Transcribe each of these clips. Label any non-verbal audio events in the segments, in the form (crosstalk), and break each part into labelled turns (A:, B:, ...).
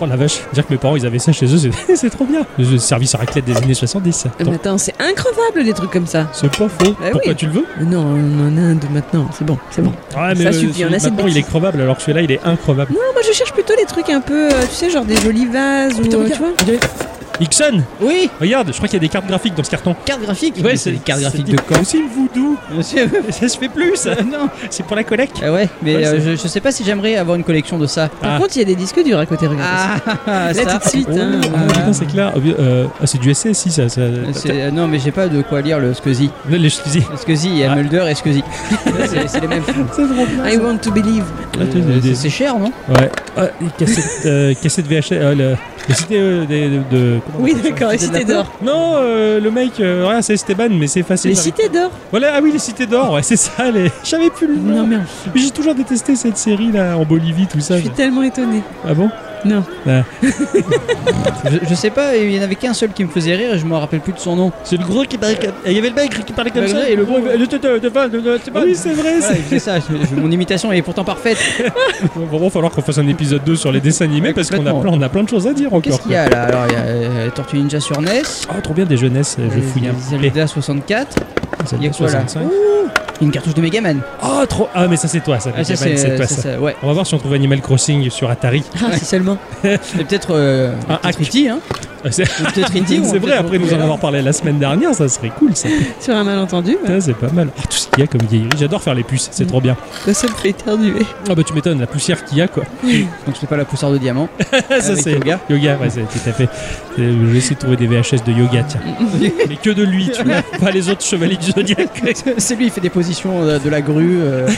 A: Oh la vache, dire que mes parents ils avaient ça chez eux, c'est- (laughs) c'est trop bien. Le service à raclette des années 70.
B: Ah, mais attends, c'est increvable des trucs comme ça.
A: C'est pas faux.
B: Bah
A: Pourquoi
B: oui.
A: tu le veux
B: Mais non, on en a un de maintenant, c'est bon, c'est bon.
A: Ouais,
B: Ça suffit, on
A: celui
B: a
A: de
B: assez de
A: maintenant, il est
B: bêtises.
A: crevable alors que celui-là il est increvable.
B: Non, moi je cherche plutôt les trucs un peu, euh, tu sais, genre des jolis vases ou. euh, tu vois
A: Ixon,
C: Oui,
A: regarde, je crois qu'il y a des cartes graphiques dans ce carton.
C: carte graphique.
A: Ouais,
C: Mais c'est des cartes graphiques de
A: C'est aussi le voodoo.
C: Monsieur, (laughs)
A: Ça se fait plus. ça.
C: non.
A: C'est pour la collecte.
C: Ah ouais, mais
A: Ouais,
C: euh,
A: c'est-
C: je, je sais pas si j'aimerais avoir une collection de ça.
B: Par
A: Ah.
B: contre, il y a des disques durs à côté, regarde.
C: Ah,
B: Là
C: ah, ça.
B: tout de suite,
A: Oh,
B: hein.
A: ah,
B: voilà.
A: putain, c'est clair. Euh, euh, ah, c'est du SS, si ça. ça
C: C'est- euh, non, mais j'ai pas de quoi lire le Scuzzy.
A: Non, les Scuzzy.
C: Le Scuzzy, il y a
A: Ah.
C: Mulder et Scuzzy. c'est c'est les mêmes (laughs) films.
A: C'est trop bien.
B: I want to believe.
A: Ah, tu sais,
C: Euh,
A: des-
C: c'est- c'est cher, non
A: Ouais. Ah, les cassettes, euh, cassettes VHS. euh, le- les CD euh, des- de. bah, de- comment on
B: Oui,
A: appelle ça
B: d'accord, les
C: C'était
B: cités
C: de la
B: d'or.
A: Non, euh, le mec, euh, ouais, c'est Esteban, mais c'est facile.
B: Les
A: j'arrive-
B: cités d'or
A: Voilà, ah oui, les cités d'or, ouais, (laughs) c'est ça. Les... J'avais plus le nom.
B: Non, merde,
A: Mais J'ai toujours détesté cette série là en Bolivie, tout
B: je
A: ça.
B: suis tellement étonnée.
A: Ah bon
B: Non.
C: je, je sais pas, il y en avait qu'un seul qui me faisait rire et je me rappelle plus de son nom.
A: C'est le gros qui parlait comme. Il y avait le mec qui parlait
C: comme ça, et le gros,
A: Oui, c'est vrai.
C: Voilà,
A: c'est-
C: il faisait ça. je- je- mon imitation est pourtant parfaite.
A: Bon, il va falloir qu'on fasse un épisode 2 sur les dessins animés
C: Ouais,
A: parce qu'on a
C: complètement.
A: plein, on a plein de choses à dire encore.
C: Qu'est-ce qu'il y a là Alors, il y a euh, Tortue Ninja sur NES.
A: quoi. Oh, trop bien des jeunesses, je
C: euh,
A: fouille un peu.
C: Zelda 64. il y a quoi, là
A: 65.
C: Une cartouche de Megaman.
A: Oh, trop. Ah, mais ça, c'est toi, ça.
C: Ah, ça,
A: Megaman,
C: c'est
A: c'est toi,
C: ça,
A: ça.
C: ça, Ouais.
A: On va voir si on trouve Animal Crossing sur Atari.
B: Ah, si
C: (laughs)
B: seulement.
C: C'est peut-être euh,
A: Un
C: peut-être
A: hack.
C: E.T., (laughs) hein
A: Ah, C'est
C: Peut-être (laughs) E.T.
A: (laughs)
C: ou
A: c'est vrai,
C: peut-être-
A: après nous en avoir parlé la semaine dernière, ça serait cool, ça.
B: Sur un malentendu, bah,
A: Putain, c'est pas mal. Ah, tout ce qu'il y a comme vieillerie, j'adore faire les puces, c'est trop bien.
B: bah, ça me fait éternuer.
A: Ah, bah tu m'étonnes, la poussière qu'il y a, quoi.
C: Donc, c'est pas la poussière de diamant.
A: Ah, ça,
C: Avec
A: c'est.
C: Yoga.
A: Yoga, ouais, c'est tout à fait. C'est- Je vais essayer de trouver des VHS de yoga, (laughs) tiens. Mais que de lui, tu vois. Pas les autres chevaliers du zodiaque.
C: (laughs) C'est lui, il fait des positions euh, de la grue, (laughs) euh,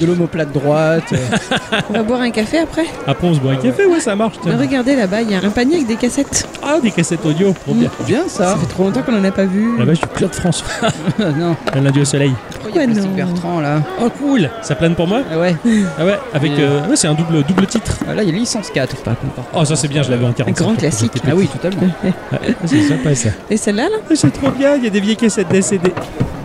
C: de l'omoplate droite. (laughs) euh.
B: On va boire un café après
A: Après, on se boit un café, ouais, ça marche. tiens.
B: Mais Regardez là-bas, il y a un panier avec des cassettes.
A: Ah, des cassettes audio, trop bien.
C: Bien ça.
B: Ça fait trop longtemps qu'on en a pas vu.
A: Là-bas, je suis Claude François,
C: (laughs) non.
A: un lundi au soleil.
C: Pourquoi il y a
B: non
C: Plastic Bertrand là
A: Oh, cool Ça plane pour moi
C: Ah ouais.
A: Ah ouais, avec.
C: Et-
A: euh, ouais, c'est un double, double titre.
C: Ah, Là, il y a licence 4 par contre.
A: Oh, ça, c'est bien, je l'avais en 45.
B: grand classique.
A: J'étais petit.
C: Ah oui, totalement.
A: Ouais, c'est sympa, ça.
B: Et celle-là, là
A: Ah, C'est trop bien, il y a des vieilles cassettes des CD.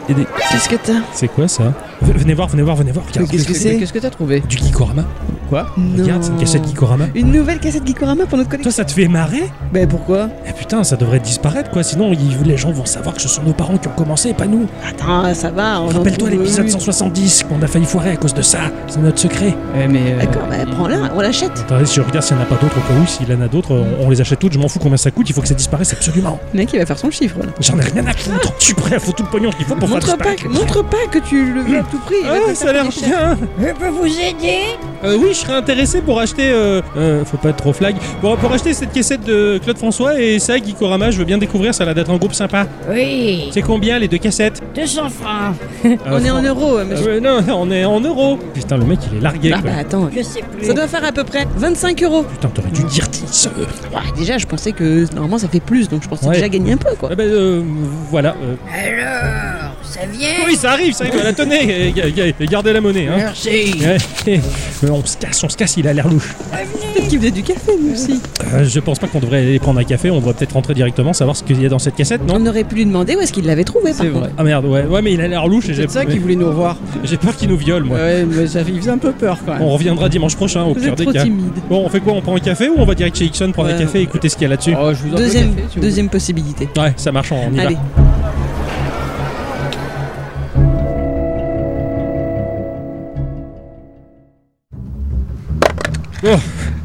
A: Et des-
B: Qu'est-ce que t'as
A: C'est quoi ça V- Venez voir, venez voir, venez voir. Regarde,
B: Qu'est-ce que c'est
C: Qu'est-ce que t'as trouvé
A: du Gikorama.
C: Quoi
A: Regarde, c'est une cassette Gikorama.
B: Une nouvelle cassette Gikorama pour notre collection.
A: Toi, ça te fait marrer
B: Bah pourquoi
A: Eh putain, ça devrait disparaître quoi, sinon ils- les gens vont savoir que ce sont nos parents qui ont commencé et pas nous.
B: Attends, Ah, ça va. on en
A: Rappelle-toi
B: trouve
A: l'épisode
B: une.
A: 170 qu'on a failli foirer à cause de ça, c'est notre secret.
C: Ouais, mais. euh,
B: D'accord, bah prends-la, on l'achète.
A: Attendez, si je regarde s'il n'y en a pas d'autres au cas où, s'il y en a d'autres, on, on les achète toutes, je m'en fous combien ça coûte, il faut que ça disparaisse absolument.
B: Le mec, il va faire son chiffre là.
A: J'en ai rien à (laughs) foutre, je suis prêt à foutre tout le pognon qu'il faut pour
B: montre,
A: faire
B: pas,
A: disparaître.
B: montre pas que tu le veux à tout prix. il va te
A: Ah,
B: faire
A: ça a l'air
B: payer cher.
A: bien
D: Je peux vous aider
A: Euh, oui, je serais intéressé pour acheter. Euh, euh, faut pas être trop flag. Pour, pour acheter cette cassette de Claude François et ça, Guy Corama, je veux bien découvrir, ça a l'air d'être un groupe sympa.
D: Oui,
A: C'est combien les deux cassettes
D: 200 francs.
B: (laughs) On est en euros, euh, monsieur.
A: Euh, non, non, on est en euros. Putain, le mec, il est largué.
B: Ah
A: quoi.
B: bah attends,
D: Je sais plus.
B: ça doit faire à peu près 25 euros.
A: Putain, t'aurais dû dire 10. euh.
B: Ah, déjà, je pensais que normalement ça fait plus, donc je pensais
A: Ouais.
B: déjà gagner un peu quoi.
A: Ah bah, euh, voilà. euh.
D: Alors, ça vient
A: Oui, ça arrive, ça arrive. La tenez, euh, ga- ga- gardez la monnaie. Hein.
D: Merci.
A: Ouais. (laughs) Euh, on se casse, on se casse, il a l'air louche.
B: Peut-être qu'il faisait du café lui aussi.
A: Euh, je pense pas qu'on devrait aller prendre un café, on devrait peut-être rentrer directement, savoir ce qu'il y a dans cette cassette, non
B: On aurait pu lui demander où est-ce qu'il l'avait trouvé par
C: C'est
B: contre.
C: vrai.
A: Ah merde, ouais, ouais mais il a l'air louche et j'ai
C: C'est ça qu'il voulait nous revoir.
A: j'ai peur qu'il nous viole, moi.
C: Ouais, mais ça, il faisait un peu peur quand même.
A: On reviendra dimanche prochain au
B: Euh. Vous
A: pire
B: êtes
A: des
B: trop
A: cas.
B: timide. Euh.
A: Bon, on fait quoi On prend un café ou on va direct chez Ixon prendre un
B: Ouais.
A: café et écouter ce qu'il y a là-dessus
C: Oh, je vous offre le
B: Deuxième,
C: café, si vous
B: deuxième possibilité.
A: Ouais, ça marche, on y
B: Allez.
A: va. Bon,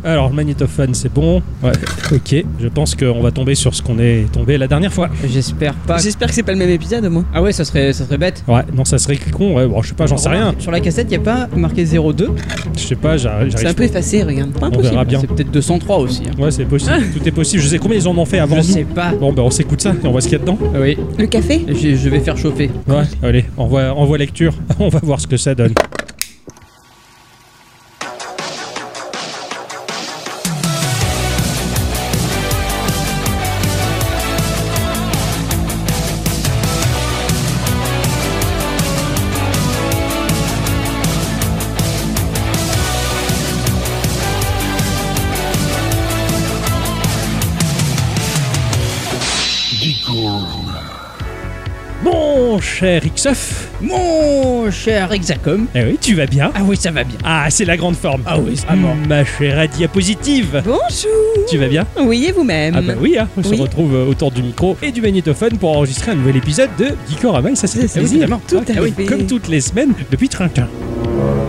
A: alors le magnétophone, c'est bon. Ouais, ok. Je pense qu'on va tomber sur ce qu'on est tombé la dernière fois.
C: voulez. J'espère
A: Ah.
C: pas.
B: J'espère que c'est pas le même épisode au moins.
C: Ah ouais, ça serait, ça serait bête.
A: Ouais, non, ça serait con. Ouais, bon, je sais pas, j'en sais rien.
C: Sur la cassette, il a pas marqué 02.
A: Je sais pas, j'arri-
B: C'est
A: j'arrive.
B: un peu effacé, regarde. Pas
A: on verra
B: impossible.
A: bien.
C: Ah, C'est peut-être 203 aussi. hein.
A: Ouais, c'est possible. Tout est possible. Je sais combien ils en ont fait avant
C: Je
A: nous.
C: sais pas.
A: Bon, bah on s'écoute ça et on voit ce qu'il y a dedans.
C: Ah Oui,
B: Le café
C: je, je vais faire chauffer.
A: Ouais, allez, envoie, envoie lecture. (laughs) on va voir ce que ça donne. Mon cher Ixof,
C: Mon cher Hexacom.
A: Eh oui, tu vas bien
C: Ah oui, ça va bien.
A: Ah, c'est la grande forme.
C: Ah oui, vraiment.
A: Ma chère diapositive.
B: Bonjour
A: Tu vas bien
B: Oui, et vous-même
A: Ah bah oui, hein, on se
B: Mm. Oui.
A: retrouve euh, autour du micro et du magnétophone pour enregistrer un nouvel épisode de Geekorama et ça c'est
B: C'est
A: plaisir.
B: évidemment, tout
A: Ah
B: à
A: oui,
B: fait.
A: Comme toutes les semaines depuis 30 ans.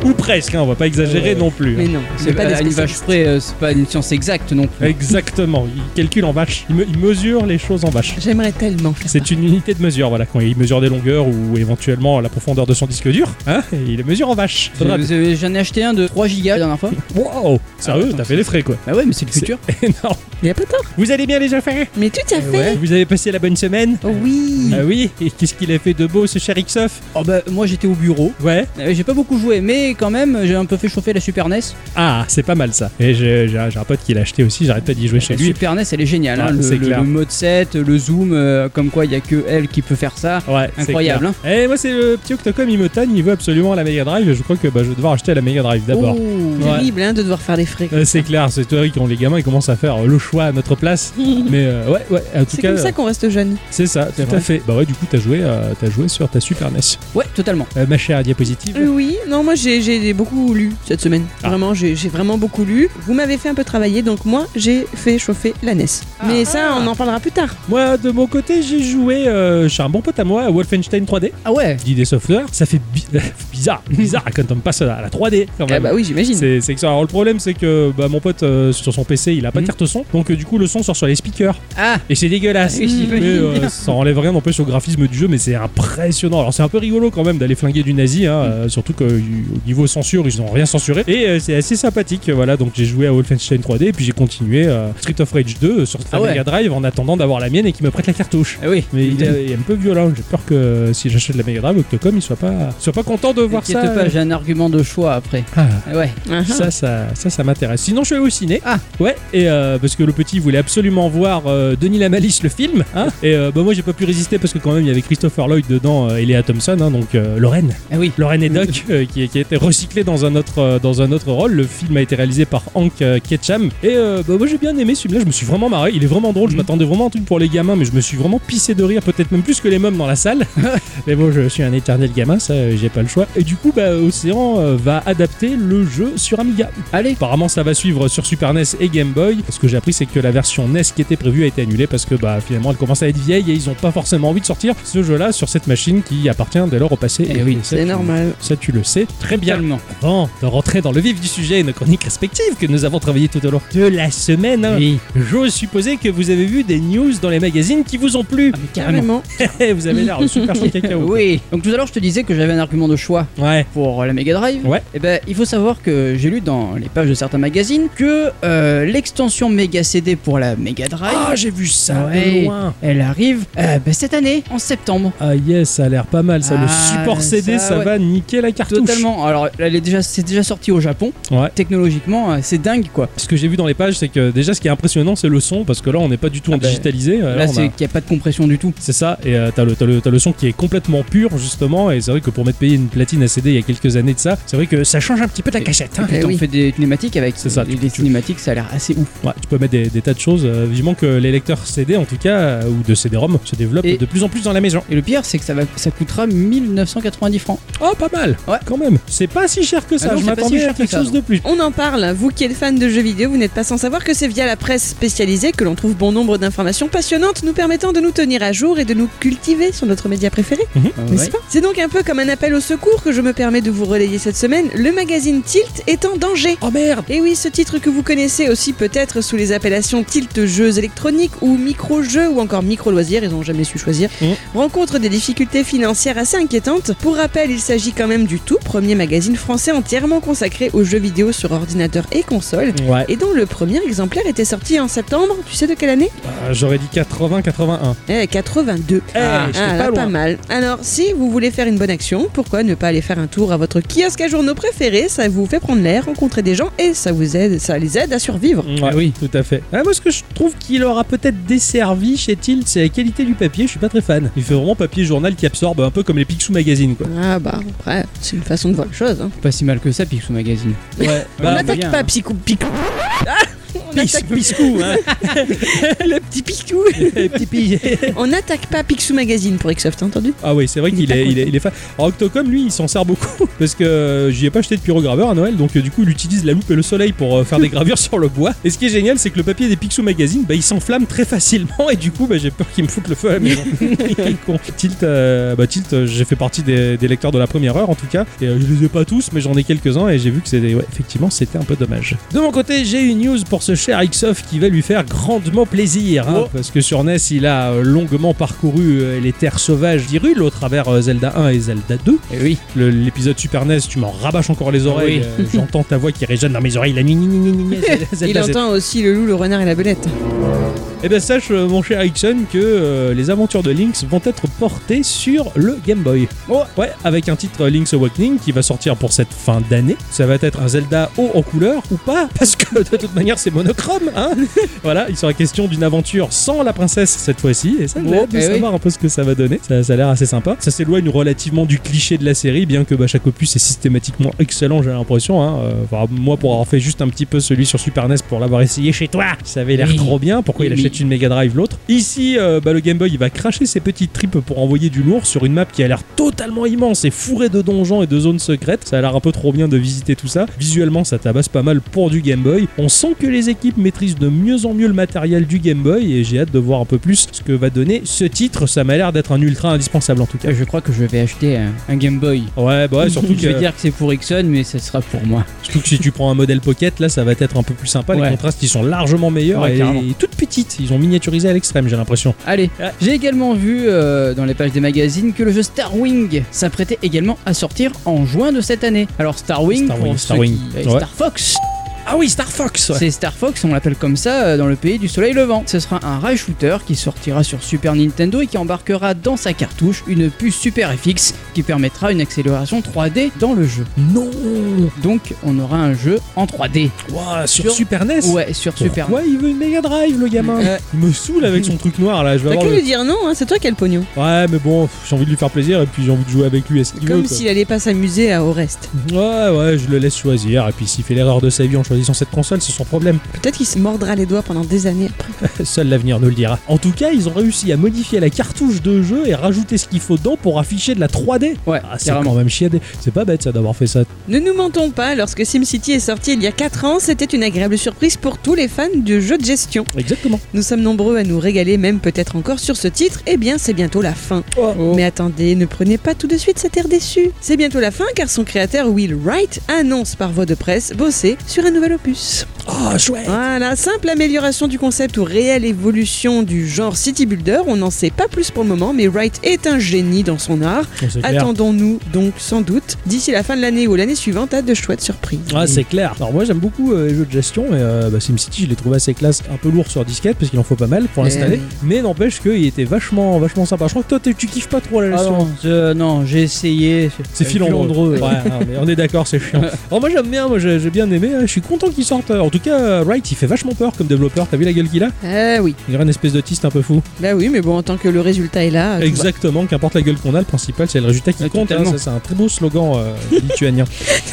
A: Ou presque, hein, on va pas exagérer non plus.
B: Euh,
A: hein.
B: Mais non,
C: C'est
B: pas
C: pas Eh,
B: des
C: à une vache
B: spécialistes.
C: près, euh, c'est pas une science exacte non plus.
A: Exactement, il calcule en vache, il, me- il mesure les choses en vache.
B: J'aimerais tellement faire ça.
A: C'est une unité de mesure, voilà, quand il mesure des longueurs ou éventuellement la profondeur de son disque dur, hein, et il les mesure en vache.
C: Vous
A: Faudra-
C: avez- J'en ai acheté un de 3 gigas la dernière fois.
A: Wow, sérieux,
C: Ah,
A: t'as fait des frais quoi.
C: (laughs)
A: (laughs)
C: Bah ouais, mais c'est le
A: C'est-
C: futur.
A: Énorme.
B: Il y a pas tort.
A: Vous allez bien les gens faire
B: Mais tout à fait
A: Vous avez passé la bonne semaine
B: Oh Oui
A: Ah oui, et qu'est-ce qu'il a fait de beau ce cher Ixof
C: Oh bah moi j'étais au bureau.
A: Ouais.
C: Euh, J'ai pas beaucoup joué, mais quand même j'ai un peu fait chauffer la Super E NES.
A: Ah, c'est pas mal ça. Et j'ai j'ai un j'ai un pote qui l'a acheté aussi, j'arrête pas d'y jouer chez
C: la
A: lui.
C: Super NES elle est géniale.
A: Ah,
C: hein, le,
A: c'est
C: le-
A: clair.
C: le mode 7, le zoom, euh, comme quoi il y a que elle qui peut faire ça.
A: Ouais, c'est
C: Incroyable,
A: clair.
B: hein.
A: Et moi, c'est le petit Octocom, il me tanne, il veut absolument la Mega Drive. Je crois que bah, je vais devoir acheter la Mega Drive d'abord.
C: Oh.
A: Ouais.
B: Terrible hein, de devoir faire des frais.
A: Euh, c'est clair, c'est toi qui ont les gamins, ils commencent à faire euh, le choix à notre
B: (laughs)
A: place. Mais euh, ouais, ouais, en tout
B: C'est
A: cas,
B: comme ça
A: euh,
B: qu'on reste jeune.
A: c'est ça, tout
C: C'est
A: à
C: vrai.
A: fait. Bah ouais, du coup, t'as joué, euh, t'as joué sur ta Super NES.
C: Ouais, totalement.
A: Euh, ma chère diapositive.
B: Oui, non, moi j'ai- j'ai beaucoup lu cette semaine.
A: Ah.
B: Vraiment, j'ai j'ai vraiment beaucoup lu. Vous m'avez fait un peu travailler, donc moi j'ai fait chauffer la NES. Mais ça, on en parlera plus tard.
A: Moi, de mon côté, j'ai joué euh, chez un bon pote à moi à Wolfenstein 3D.
C: Ah ouais.
A: Dit des softwares, ça fait bi- (laughs) bizarre, bizarre quand on passe à la 3D quand
B: Ah
C: Eh
A: même.
B: bah oui, j'imagine.
A: C'est c'est que ça. Alors le problème, c'est que bah, mon pote euh, sur son PC, il a pas de
C: Mhm.
A: carte son, donc euh, du coup le son sort sur les speakers
C: Ah
A: et c'est dégueulasse.
C: Ah oui,
A: mais
C: j'imagine
A: euh,
C: bien.
A: ça enlève rien n'empêche au graphisme du jeu, mais c'est impressionnant. Alors c'est un peu rigolo quand même d'aller flinguer du nazi, hein,
C: Hmm.
A: euh, surtout qu'au niveau censure, ils n'ont rien censuré et euh, c'est assez sympathique. Voilà, donc j'ai joué à Wolfenstein 3D et puis j'ai continué euh, Street of Rage 2 sur la
C: Ah ouais.
A: Mega Drive en attendant d'avoir la mienne et qui me prête la cartouche.
C: Ah oui.
A: Mais il est, il est un peu violent, j'ai peur que euh, si j'achète la Mega Drive, Octocom, il soit pas, soit pas content de voir ça.
C: T'inquiète pas, j'ai un argument de choix après.
A: Ah.
C: Ah Ouais.
B: Ah, ah.
A: Ça, ça, ça, ça m'intéresse. Sinon, je suis allé au ciné.
C: Ah.
A: Ouais, et euh, parce que le petit voulait absolument voir euh, Denis la Malice le film. hein. et euh, bah, moi, j'ai pas pu résister parce que quand même, il y avait Christopher Lloyd dedans euh, et Léa Thompson, hein, donc euh, Lorraine.
C: Ah oui.
A: Lorraine et
C: (laughs)
A: Doc, euh, qui, qui a été recyclé dans un, autre, euh, dans un autre rôle. Le film a été réalisé par Hank euh, Ketcham. Et euh, bah, moi, j'ai bien aimé celui-là. Je me suis vraiment marré. Il est vraiment drôle. Je
C: Mhm.
A: m'attendais vraiment à un truc pour les gamins, mais je me suis vraiment pissé de rire, peut-être même plus que les mômes dans la salle.
C: (laughs)
A: mais bon, je suis un éternel gamin, ça, euh, j'ai pas le choix. Et du coup, bah, Océan euh, va adapter le jeu sur Amiga.
C: Allez.
A: Apparemment, ça va suivre sur Super NES et Game Boy. Ce que j'ai appris, c'est que la version NES qui était prévue a été annulée parce que bah, finalement, elle commence à être vieille et ils ont pas forcément envie de sortir ce jeu-là sur cette machine qui appartient dès lors au passé.
C: Eh oui,
A: ça,
B: C'est
A: tu-
B: normal.
A: Ça, tu le sais très bien.
C: Totalement.
A: Avant de rentrer dans le vif du sujet et nos chroniques respectives que nous avons travaillé tout au long de la semaine, hein,
C: Oui.
A: j'ose supposer que vous avez vu des news dans les magazines qui vous ont plu. (laughs)
C: Ah, mais carrément.
B: Carrément.
A: vous avez l'air super chaud cacao.
C: (laughs) Oui. Donc tout à l'heure je te disais que j'avais un argument de choix
A: Ouais.
C: pour euh, la Mega Drive.
A: Ouais.
C: Et ben il faut savoir que j'ai lu dans les pages de certains magazines que euh, l'extension Mega CD pour la Mega Drive,
A: Ah, j'ai vu ça de
C: Ouais.
A: loin.
C: elle arrive euh, ben, cette année en septembre.
A: Ah yes, ça a l'air pas mal ça. le
C: Ah,
A: support CD, ça,
C: ça, ouais.
A: va niquer la cartouche.
C: Totalement. Alors elle est déjà c'est déjà sorti au Japon.
A: Ouais.
C: Technologiquement euh, c'est dingue quoi.
A: Ce que j'ai vu dans les pages, c'est que déjà ce qui est impressionnant, c'est le son, parce que là on n'est pas du tout en
C: Ah bah,
A: digitalisé. euh, là,
C: Là
A: on a-
C: c'est qu'il n'y a pas de compression du tout.
A: C'est ça, et euh, t'as le, t'as le- t'as le son qui est complètement pur justement, et c'est vrai que pour m'être payé une platine à CD il y a quelques années de ça, c'est vrai que ça change un petit peu ta
C: Et-
A: cachette.
C: Et
A: hein.
C: puis,
B: Eh
C: t'en
B: oui.
C: fais des cinématiques avec.
A: C'est ça,
C: Les,
A: tu-
C: les
A: tu-
C: cinématiques ça a l'air assez ouf.
A: Ouais, tu peux mettre des, des tas de choses, euh, vivement que les lecteurs CD en tout cas, euh, ou de CD-ROM, se développent
C: Et-
A: de plus en plus dans la maison.
C: Et le pire c'est que ça va ça coûtera 1990 francs.
A: Oh pas mal,
C: Ouais.
A: quand même. C'est pas si cher que ça,
C: Ah non,
A: je
C: c'est pas si
A: m'attendais
C: cher
A: à
C: que
A: quelque
C: ça,
A: chose de plus.
B: On en parle, vous qui êtes fan de jeux vidéo, vous n'êtes pas sans savoir que c'est via la presse spécialisée que l'on trouve bon nombre d'informations passionnantes nous permettant de nous tenir à jour et de nous cultiver sur notre média préféré,
A: Ah
B: n'est-ce
C: Ouais.
B: pas C'est donc un peu comme un appel au secours que je me permets de vous relayer cette semaine, le magazine Tilt est en danger
A: Oh merde
B: et oui, ce titre que vous connaissez aussi peut-être sous les appellations tilt jeux électroniques ou micro-jeux ou encore micro-loisirs, ils n'ont jamais su choisir,
A: Mhm.
B: rencontre des difficultés financières assez inquiétantes. Pour rappel, il s'agit quand même du tout premier magazine français entièrement consacré aux jeux vidéo sur ordinateur et console.
A: Ouais,
B: Et dont le premier exemplaire était sorti en septembre, tu sais de quelle année
A: euh, j'aurais dit 80-81.
B: Eh, 82.
A: Eh, j'étais pas
B: Ah, là,
A: loin.
B: mal. Alors, si vous voulez faire une bonne action, pourquoi ne pas aller faire un tour à votre kiosque à journaux préféré Ça vous fait prendre l'air, rencontrer des gens et ça vous aide, ça les aide à survivre.
C: Eh
A: Ouais, oui, tout à fait. Ah, moi, ce que je trouve qu'il aura peut-être desservi chez Tilt, c'est la qualité du papier. Je suis pas très fan. Il fait vraiment papier journal qui absorbe un peu comme les Picsou Magazine, quoi.
B: Ah bah après, c'est une façon de voir les choses. Hein.
A: (laughs)
C: Pas si mal que ça Picsou Magazine.
A: Ouais,
C: bah,
B: N'attaque
A: (laughs)
C: moyen,
B: pas
C: hein.
B: Psycho Pic. Ah, on
C: pisse.
A: Pisse- Piscou, hein.
B: Le petit
A: (laughs)
B: picou.
A: Les petits pis-
B: On n'attaque pas Picsou Magazine pour Xsoft, t'as entendu
A: Ah oui, c'est vrai
B: Il est
A: qu'il
B: pas
A: est, il est,
B: content.
A: il est fan. Alors Octocom, lui, il s'en sert beaucoup (laughs) parce que euh, j'y ai pas acheté de pyrograveur à Noël, donc euh, du coup, il utilise la loupe et le soleil pour euh, faire des gravures (laughs) sur le bois. Et ce qui est génial, c'est que le papier des Picsou Magazine, bah, il s'enflamme très facilement et du coup, bah, j'ai peur qu'il me foute le feu à la maison. (laughs) Quel con. Tilt, euh, bah, Tilt, euh, j'ai fait partie des, des lecteurs de la première heure en tout cas, et euh, je les ai pas tous, mais j'en ai quelques-uns et j'ai vu que c'était, ouais, effectivement, c'était un peu dommage. De mon côté, j'ai une news pour ce cher Xof qui va lui faire grandement plaisir, hein,
C: Oh.
A: parce que sur NES, il a euh, longuement parcouru euh, les terres sauvages d'Irule au travers euh, Zelda 1 et Zelda 2.
C: Eh oui.
A: Le- L'épisode Super NES, tu m'en rabâches encore les oreilles. euh,
C: Oui.
A: J'entends ta voix qui résonne dans mes oreilles. La nuit, nuit, nuit, nuit, nuit, Zelda,
B: Il
A: Zelda, Zelda.
B: entend aussi le loup, le renard et la
A: Bah,
B: belette.
A: Eh bien, sache, euh, mon cher Ixon, que euh, les aventures de Lynx vont être portées sur le Game Boy. Ouais, avec un titre euh, Link's Awakening qui va sortir pour cette fin d'année. Ça va être un Zelda haut en couleur ou pas, (laughs) parce que de toute manière, c'est monochrome,
C: (laughs)
A: hein Voilà, il sera question d'une aventure sans la princesse cette fois-ci, et ça, j'ai
C: Oh,
A: hâte de
C: eh oui.
A: savoir un peu ce que ça va donner. Ça, ça a l'air assez sympa. Ça s'éloigne relativement du cliché de la série, bien que bah, chaque opus est systématiquement excellent, j'ai l'impression. hein. Euh, enfin, moi, pour avoir fait juste un petit peu celui sur Super NES pour l'avoir essayé chez toi, ça avait l'air
C: Oui.
A: trop bien. Pourquoi il
C: Oui.
A: achète une Mega Drive l'autre Ici, euh, bah, le Game Boy, il va cracher ses petites tripes pour envoyer du lourd sur une map qui a l'air totalement immense et fourrée de donjons et de zones secrètes. Ça a l'air un peu trop bien de visiter tout ça. Visuellement, ça tabasse pas mal pour du Game Boy. On sent que les équipes maîtrisent de mieux en mieux le matériel du Game Boy et j'ai hâte de voir un peu plus ce que va donner ce titre. Ça m'a l'air d'être un ultra indispensable en tout cas.
C: Je crois que je vais acheter un, un Game Boy.
A: Ouais,
C: (laughs)
A: bah ouais, surtout
C: je vais
A: que,
C: dire que c'est pour Ixon, mais ça sera pour moi.
A: surtout que si tu prends un modèle Pocket, là ça va être un peu plus sympa. Les
C: Ouais.
A: contrastes ils sont largement meilleurs
C: Ouais,
A: et,
C: carrément.
A: et toutes petites. Ils ont miniaturisé à l'extrême, j'ai l'impression.
C: Allez,
A: Ah.
C: j'ai également vu euh, dans les pages des magazines que le jeu Star Wing s'apprêtait également à sortir en juin de cette année. Alors Star Wing,
A: Star
C: pour
A: Wing,
C: ceux
A: Star Wing.
C: qui- euh,
A: Ouais.
C: Star Fox,
A: Ah oui, Star Fox
C: c'est Star Fox, on l'appelle comme ça euh, dans le pays du soleil levant. Ce sera un rail shooter qui sortira sur Super Nintendo et qui embarquera dans sa cartouche une puce Super FX qui permettra une accélération 3D dans le jeu.
A: Non
C: Donc on aura un jeu en 3D.
A: Ouah, sur,
C: Sur-
A: Super NES
C: Ouais, sur Super.
A: Ouais, il veut une Mega Drive, le gamin
C: Euh,
A: Il me saoule avec son truc noir, là, je vais
B: T'as
A: avoir
B: qu'à
A: le-
B: lui dire non, hein, c'est toi qui as le pognon.
A: Ouais, mais bon, pff, j'ai envie de lui faire plaisir, et puis j'ai envie de jouer avec lui à ce qu'il veut,
B: Comme
A: quoi.
B: s'il allait pas s'amuser à Orest.
A: Ouais, ouais, je le laisse choisir, et puis s'il fait l'erreur de sa vie en choisissant cette console, c'est son problème. (laughs)
B: Peut-être qu'il se mordra les doigts pendant des années.
A: Seul l'avenir nous le dira. En tout cas, ils ont réussi à modifier la cartouche de jeu et rajouter ce qu'il faut dedans pour afficher de la 3D
C: Ouais,
A: Ah, c'est
C: carrément.
A: quand même chiadé. C'est pas bête, ça, d'avoir fait ça.
B: Ne nous mentons pas, lorsque SimCity est sorti il y a 4 ans, c'était une agréable surprise pour tous les fans du jeu de gestion.
A: Exactement.
B: Nous sommes nombreux à nous régaler, même peut-être encore sur ce titre. Eh bien, c'est bientôt la fin.
C: Oh.
B: Mais attendez, ne prenez pas tout de suite cet air déçu. C'est bientôt la fin car son créateur Will Wright annonce par voie de presse bosser sur un nouvel opus.
A: Oh, chouette
B: Voilà, simple amélioration du concept ou réelle évolution du genre City Builder, on n'en sait pas plus pour le moment, mais Wright est un génie dans son art.
A: Bon, C'est clair.
B: Attendons-nous donc sans doute d'ici la fin de l'année ou l'année suivante à de chouettes surprises.
A: Ah, c'est clair. Alors, moi, j'aime beaucoup euh, les jeux de gestion. Et, euh, bah, SimCity, je l'ai trouvé assez classe, un peu lourd sur disquette, parce qu'il en faut pas mal pour
C: Et-
A: l'installer. Mais n'empêche qu'il était vachement, vachement sympa. Je crois que toi, t'es- tu kiffes pas trop la
C: Ah
A: gestion.
C: non, je- non, j'ai essayé.
A: C'est
C: Euh,
A: filandreux.
C: filandreux,
A: Ouais, non, mais on est d'accord, c'est
C: (laughs)
A: chiant. Alors moi j'aime bien, moi j'ai j'ai bien aimé. hein. Je suis content qu'il sorte. En tout cas, euh, Wright, il fait vachement peur comme développeur. T'as vu la gueule qu'il a
B: Ah oui,
A: Il dirait une espèce d'autiste un peu fou.
C: Ah,
B: bah oui, mais bon, en tant que le résultat est là. tout va.
A: Exactement. Qu'importe la gueule qu'on a, le principal c'est le résultat qui
C: Ouais,
A: compte. hein.
C: Ah, totalement.
A: Ça, c'est un très beau slogan euh, (laughs) lituanien.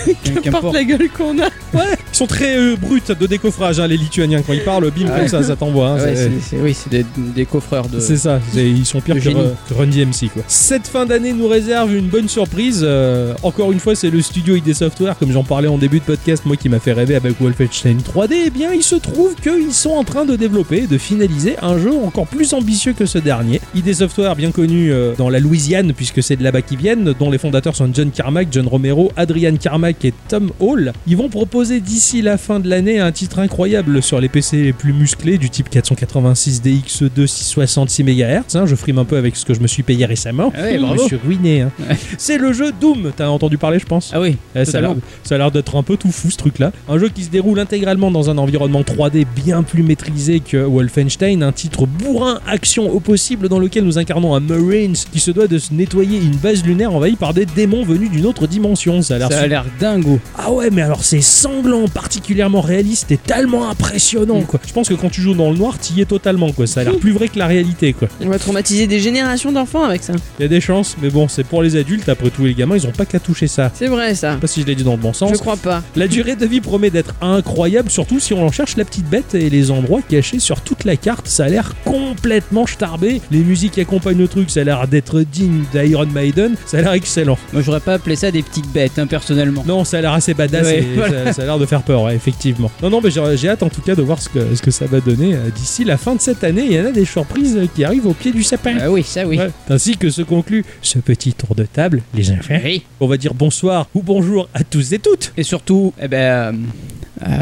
B: Porte
C: Qu'importe.
B: la gueule qu'on a.
A: Ils sont très euh, bruts de décoffrage, hein, les Lituaniens. Quand ils parlent, bim,
C: Ah ouais.
A: comme ça, ça t'envoie. hein. C'est-
C: Ouais, c'est- c'est- oui, c'est des, des coffreurs de.
A: C'est ça, c'est- ils sont pires
C: Le
A: que,
C: génie.
A: Re- que Run DMC quoi. Cette fin d'année nous réserve une bonne surprise. Euh, encore une fois, c'est le studio ID Software, comme j'en parlais en début de podcast, moi qui m'a fait rêver avec Wolfenstein 3D. Eh bien, il se trouve qu'ils sont en train de développer, de finaliser un jeu encore plus ambitieux que ce dernier. ID Software, bien connu euh, dans la Louisiane, puisque c'est de là-bas qu'ils viennent, dont les fondateurs sont John Carmack, John Romero, Adrian Carmack et Tom Hall. Ils vont proposer d'ici la fin de l'année un titre incroyable sur les PC les plus musclés du type 486 DX2 666 MHz. hein, je frime un peu avec ce que je me suis payé récemment.
C: Ah ouais,
A: je
C: bravo.
A: me suis ruiné. hein.
C: Ouais.
A: C'est le jeu Doom, t'as entendu parler je pense
C: Ah oui,
A: Eh, ça a l'air-
C: totalement.
A: ça a l'air d'être un peu tout fou ce truc là. Un jeu qui se déroule intégralement dans un environnement 3D bien plus maîtrisé que Wolfenstein, un titre bourrin action au possible dans lequel nous incarnons un Marines qui se doit de se nettoyer une base lunaire envahie par des démons venus d'une autre dimension. Ça a l'air
C: Ça a
A: su-
C: l'air dingo.
A: ah ouais, mais alors c'est sanglant, particulièrement réaliste et tellement impressionnant quoi. Je pense que quand tu joues dans le noir, t'y es totalement quoi. Ça a l'air plus vrai que la réalité quoi.
B: On va traumatiser des générations d'enfants avec ça.
A: Il y a des chances, mais bon, c'est pour les adultes. Après tout, les gamins, ils ont pas qu'à toucher ça.
B: C'est vrai ça.
A: Je sais pas si je l'ai dit dans le bon sens.
B: Je crois pas.
A: La durée de vie promet d'être incroyable incroyable, surtout si on en cherche la petite bête et les endroits cachés sur toute la carte. Ça a l'air complètement starbé. Les musiques qui accompagnent le truc, ça a l'air d'être digne d'Iron Maiden. Ça a l'air excellent.
C: Moi, j'aurais pas appelé ça des petites bêtes, hein, personnellement.
A: Non, ça a l'air assez badass
C: Ouais,
A: et
C: (laughs) voilà.
A: ça, ça a l'air de faire peur, ouais, effectivement. Non, non, mais j'ai j'ai hâte en tout cas de voir ce que, ce que ça va donner euh, d'ici la fin de cette année. Il y en a des surprises euh, qui arrivent au pied du sapin.
C: Ah oui, ça oui.
A: Ouais. Ainsi que se conclut ce petit tour de table, les enfants.
C: Oui.
A: On va dire bonsoir ou bonjour à tous et toutes.
C: Et surtout, eh ben. euh, euh,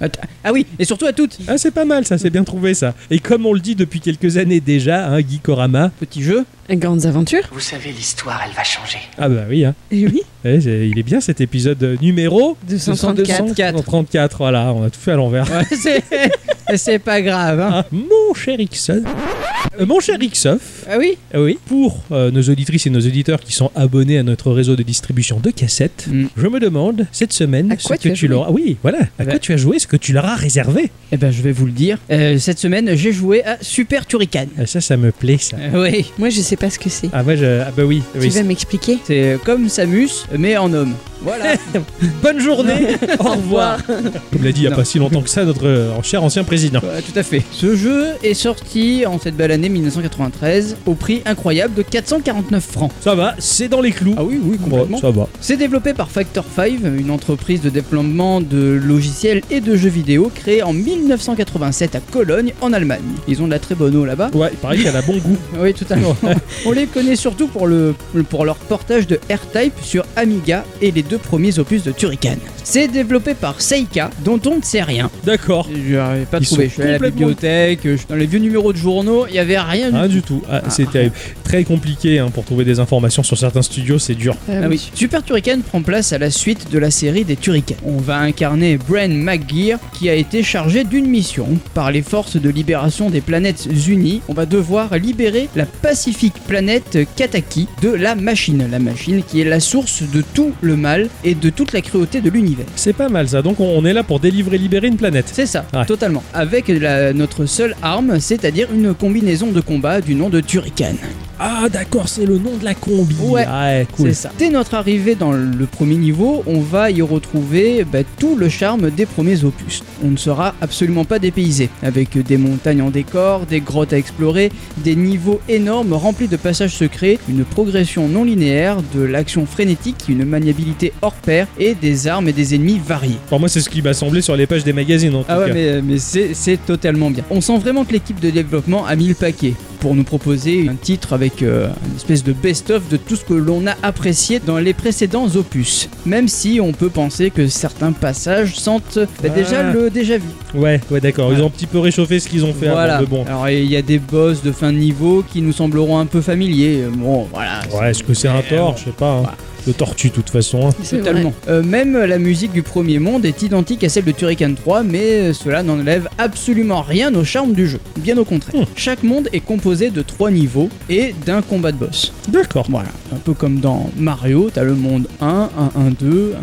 C: att- ah oui, et surtout à toutes.
A: Ah, c'est pas mal ça, c'est bien trouvé ça. Et comme on le dit depuis quelques années déjà, hein, Guy Korama, (laughs)
C: Petit jeu.
B: Grandes aventures
E: Vous savez, l'histoire, elle va changer.
A: ah bah oui, hein.
B: Eh oui,
A: Eh, j'ai- il est bien cet épisode euh, numéro
B: 234.
A: 234, voilà, on a tout fait à l'envers.
C: Ouais, (laughs) c'est, c'est pas grave. Hein.
A: Hein, mon cher Ixon, Euh, mon cher Ixoff,
C: Ah oui
A: euh, oui, pour euh, nos auditrices et nos auditeurs qui sont abonnés à notre réseau de distribution de cassettes,
C: Mm.
A: je me demande cette semaine
B: À
A: ce
B: quoi
A: que
B: tu as
A: tu
B: joué
A: l'auras. Oui, voilà, à
C: Eh ben-
A: quoi tu as joué, ce que tu l'auras réservé.
C: Eh ben, je vais vous le dire. Euh, cette semaine, j'ai joué à Super Turrican.
A: Ah, ça, ça me plaît ça.
C: Euh, oui.
B: Moi, je sais pas ce que c'est.
A: Ah, moi, je... ah bah oui, oui,
B: tu vas m'expliquer
C: C'est comme Samus, mais en homme.
A: (laughs)
C: Voilà.
A: Bonne journée, au revoir. Comme l'a dit il n'y a
C: Non.
A: pas si longtemps que ça, notre euh, cher ancien président.
C: Ouais, tout à fait. Ce jeu est sorti en cette belle année 1993 au prix incroyable de 449 francs.
A: Ça va, c'est dans les clous.
C: Ah oui, oui, complètement.
A: Ouais, ça va.
C: C'est développé par Factor 5, une entreprise de développement de logiciels et de jeux vidéo créée en 1987 à Cologne, en Allemagne. Ils ont de la très bonne eau là-bas.
A: Ouais, il paraît qu'elle a bon goût.
C: Oui, totalement. (laughs) On les connaît surtout pour, le, pour leur portage de R-Type sur Amiga et les deux premiers opus de Turrican. C'est développé par Seika, dont on ne sait rien.
A: D'accord.
C: Je n'arrive pas
A: Ils
C: trouvé.
A: sont
C: Je suis allé à la
A: complètement-
C: bibliothèque, je- dans les vieux numéros de journaux, il n'y avait rien
A: Rien
C: du
A: du tout. Ah,
C: Ah.
A: C'est terrible. Très compliqué hein, pour trouver des informations sur certains studios, c'est dur.
B: Euh,
C: Ah oui. Super Turrican prend place à la suite de la série des Turricans. On va incarner Bren McGear qui a été chargé d'une mission. Par les forces de libération des planètes unies, on va devoir libérer la pacifique planète Kataki de la machine. La machine qui est la source de tout le mal et de toute la cruauté de l'univers.
A: C'est pas mal ça. Donc on, on est là pour délivrer, libérer une planète.
C: C'est ça,
A: Ouais.
C: totalement. Avec la- notre seule arme, c'est-à-dire une combinaison de combat du nom de Turrican.
A: Ah d'accord, c'est le nom de la combi. Ah,
C: Ouais.
A: cool.
C: C'est ça. Dès notre arrivée dans le premier niveau, on va y retrouver bah, tout le charme des premiers opus. On ne sera absolument pas dépaysé, avec des montagnes en décor, des grottes à explorer, des niveaux énormes remplis de passages secrets, une progression non linéaire, de l'action frénétique, une maniabilité hors pair et des armes et des ennemis variés.
A: Pour moi, c'est ce qui m'a semblé sur les pages des magazines en tout
C: Ah ouais,
A: cas.
C: mais, mais c'est c'est totalement bien. On sent vraiment que l'équipe de développement a mis le paquet pour nous proposer un titre avec euh, une espèce de best-of de tout ce que l'on a apprécié dans les précédents opus. Même si on peut penser que certains passages sentent bah, déjà
A: Ah.
C: le déjà vu.
A: Ouais, ouais, d'accord. Ils
C: Voilà.
A: ont un petit peu réchauffé ce qu'ils ont fait. avant,
C: voilà.
A: mais bon.
C: Alors il y a des boss de fin de niveau qui nous sembleront un peu familiers. Bon, voilà. Euh,
A: Ouais, est-ce que c'est un tort Je sais pas. hein.
C: Ouais.
A: Le tortue, de toute façon. hein.
B: C'est vrai.
C: Totalement. Euh, même la musique du premier monde est identique à celle de Turrican 3, mais euh, cela n'enlève absolument rien au charme du jeu. Bien au contraire.
A: Hmm.
C: Chaque monde est composé de trois niveaux et d'un combat de boss.
A: D'accord.
C: Voilà. Un peu comme dans Mario, t'as le monde 1, 1, 1, 2,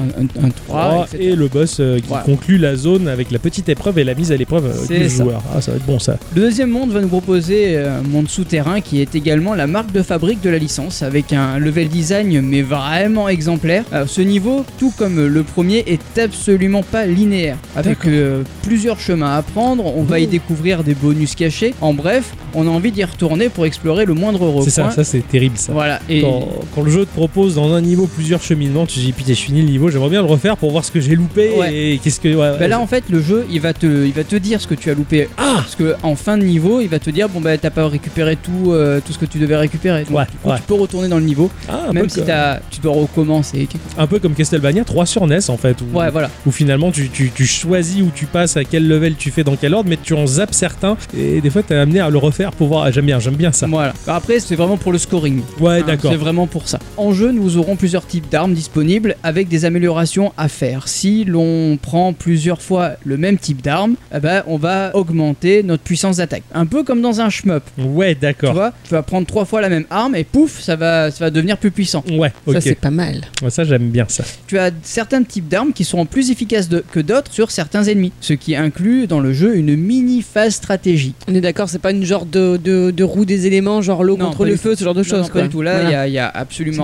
C: 1, 1, 1 3,
A: Trois,
C: etc.
A: et le boss euh, qui
C: Voilà.
A: conclut la zone avec la petite épreuve et la mise à l'épreuve euh,
C: C'est
A: du
C: ça.
A: joueur. Ah, ça va être bon ça.
C: Le deuxième monde va nous proposer euh, un monde souterrain qui est également la marque de fabrique de la licence avec un level design mais vraiment exemplaire. Euh, ce niveau, tout comme le premier, est absolument pas linéaire. Avec euh, plusieurs chemins à prendre, on va y
A: Mmh.
C: découvrir des bonus cachés. En bref, on a envie d'y retourner pour explorer le moindre recoin.
A: C'est ça, ça c'est terrible ça.
C: Voilà, et
A: Quand, quand le jeu te propose dans un niveau plusieurs cheminements, tu te dis putain, je finis le niveau, j'aimerais bien le refaire pour voir ce que j'ai loupé
C: Ouais.
A: et qu'est-ce que. ouais,
C: Bah
A: ouais,
C: là en fait le jeu il va te il va te dire ce que tu as loupé
A: Ah
C: parce que en fin de niveau il va te dire bon bah t'as pas récupéré tout euh, tout ce que tu devais récupérer
A: Ouais,
C: du coup,
A: ouais.
C: tu peux retourner dans le niveau
A: Ah, un,
C: même
A: peu
C: si
A: comme,
C: t'as- tu dois recommencer
A: un peu comme Castlevania 3 sur NES en fait, où,
C: Ouais, voilà.
A: où finalement tu, tu- tu choisis où tu passes, à quel level tu fais, dans quel ordre, mais tu en zappes certains et des fois t'es amené à le refaire pour voir. Ah, j'aime bien, j'aime bien ça.
C: Voilà. Bah, Après, c'est vraiment pour le scoring.
A: Ouais,
C: Hein,
A: d'accord.
C: C'est vraiment pour ça. En jeu, nous aurons plusieurs types d'armes disponibles avec des améliorations à faire. Si l'on prend plusieurs fois le même type d'arme, eh ben, on va augmenter notre puissance d'attaque. Un peu comme dans un shmup.
A: Ouais,
C: Tu
A: d'accord.
C: vois, tu vas prendre trois fois la même arme et pouf, ça va, ça va devenir plus puissant.
A: Ouais, ok.
C: Ça, c'est
B: pas mal.
A: Moi, ça, j'aime bien ça.
C: Tu as certains types d'armes qui seront plus efficaces de- que d'autres sur certains ennemis, ce qui inclut dans le jeu une mini phase stratégique.
B: On est d'accord, c'est pas une genre de, de, de roue des éléments, genre l'eau
C: Non,
B: contre
C: pas
B: le
C: du
B: feu, ce genre de
C: Non,
B: choses.
C: non, pas
B: quoi.
C: du tout. Là, il
B: Voilà.
C: y a- il y, a absolument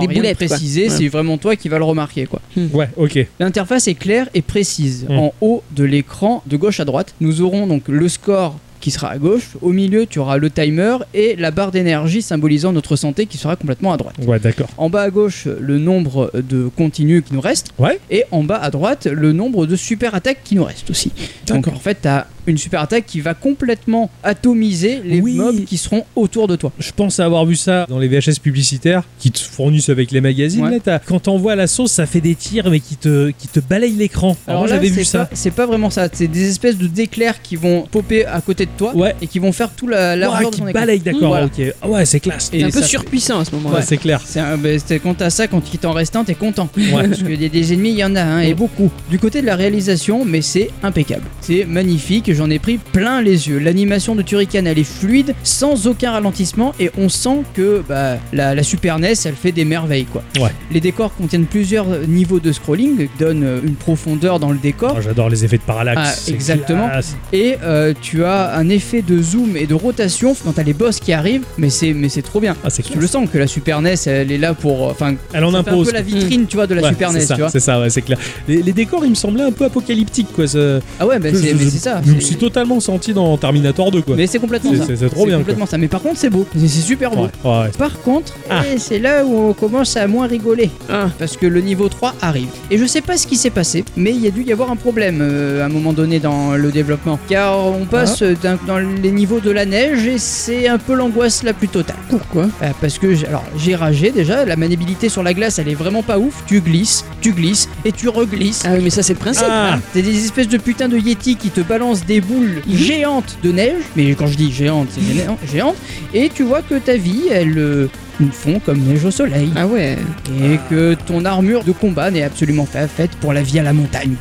B: C'est des
C: rien de
B: boulettes, quoi.
C: précisé.
B: Voilà.
C: C'est vraiment toi qui vas le remarquer, quoi.
A: Ouais, ok.
C: L'interface est claire et précise.
A: Mm.
C: En haut de l'écran, de gauche à droite, nous aurons donc le score qui sera à gauche. Au milieu, tu auras le timer et la barre d'énergie symbolisant notre santé qui sera complètement à droite.
A: Ouais, d'accord.
C: En bas à gauche, le nombre de continues qui nous reste.
A: Ouais.
C: Et en bas à droite, le nombre de super attaques qui nous restent aussi. Donc en fait, tu as une super attaque qui va complètement atomiser les
A: Oui.
C: mobs qui seront autour de toi.
A: Je pense avoir vu ça dans les VHS publicitaires qui te fournissent avec les magazines.
C: Ouais.
A: Là, t'as- quand t'envoies la sauce, ça fait des tirs, mais qui te, qui te balayent l'écran. Alors,
C: là,
A: j'avais
C: c'est
A: vu ça.
C: pas- C'est pas vraiment ça. C'est des espèces de d'éclairs qui vont popper à côté de toi
A: Ouais.
C: et qui vont faire tout la
A: Ouah,
C: largeur de
A: qui
C: ton écran.
A: balayent, d'accord.
C: Voilà.
A: ok. Ah ouais, c'est classe.
C: Et
B: C'est un peu
C: ça-
B: surpuissant à ce moment-là.
A: Ouais, c'est clair.
C: (laughs) C'est un- ben, c'est- quand t'as ça, quand il t'en reste un,
A: (laughs)
C: t'es content.
A: Ouais.
C: Parce que des, des ennemis, il y en a, hein, et beaucoup. Du côté de la réalisation, mais c'est impeccable. C'est magnifique, j'en ai pris plein les yeux. L'animation de Turrican, elle est fluide, sans aucun ralentissement, et on sent que bah, la, la Super NES, elle fait des merveilles, quoi.
A: Ouais.
C: Les décors contiennent plusieurs niveaux de scrolling, donnent euh, une profondeur dans le décor.
A: Oh, J'adore les effets de parallaxe.
C: Ah,
A: c'est
C: exactement.
A: classe.
C: Et euh, tu as un effet de zoom et de rotation quand t'as les boss qui arrivent, mais c'est mais c'est trop bien.
A: Ah, c'est
C: Tu le
A: classe.
C: sens que la Super NES, elle est là pour. euh, Enfin,
A: Elle en
C: c'est un peu
A: impose.
C: la vitrine, tu vois, de la
A: Ouais,
C: Super
A: c'est
C: NES,
A: ça,
C: tu vois.
A: C'est ça, ouais, c'est clair. Les, les décors, ils me semblaient un peu apocalyptiques, quoi. ce-
C: Ah ouais, mais
A: je-
C: c'est
A: je-
C: mais c'est ça.
A: Je me
C: c'est-
A: suis totalement senti dans Terminator 2, quoi.
C: Mais c'est complètement
A: C'est-
C: ça.
A: c'est- c'est trop bien,
C: complètement ça. Mais par contre, c'est beau. C'est c'est super beau.
A: Ouais, ouais.
C: Par contre,
A: Ah.
C: eh, c'est là où on commence à moins rigoler.
B: Ah.
C: Parce que le niveau 3 arrive. Et je sais pas ce qui s'est passé, mais il y a dû y avoir un problème euh, à un moment donné dans le développement. Car on passe
A: Ah.
C: d'un- dans les niveaux de la neige et c'est un peu l'angoisse la plus totale.
B: Pourquoi
C: Euh, parce que j'ai- alors j'ai ragé déjà, la maniabilité sur la glace elle est vraiment pas ouf, tu glisses, tu glisses et tu reglisses.
B: Ah oui, mais ça c'est le principe.
A: Ah,
C: C'est des espèces de putains de yétis qui te balancent des boules
B: Mhm.
C: géantes de neige. Mais quand je dis géantes, c'est géantes. géantes. Et tu vois que ta vie, elle euh, nous fond comme neige au soleil.
B: Ah ouais.
C: Et que ton armure de combat n'est absolument pas faite pour la vie à la
B: (laughs)
C: montagne.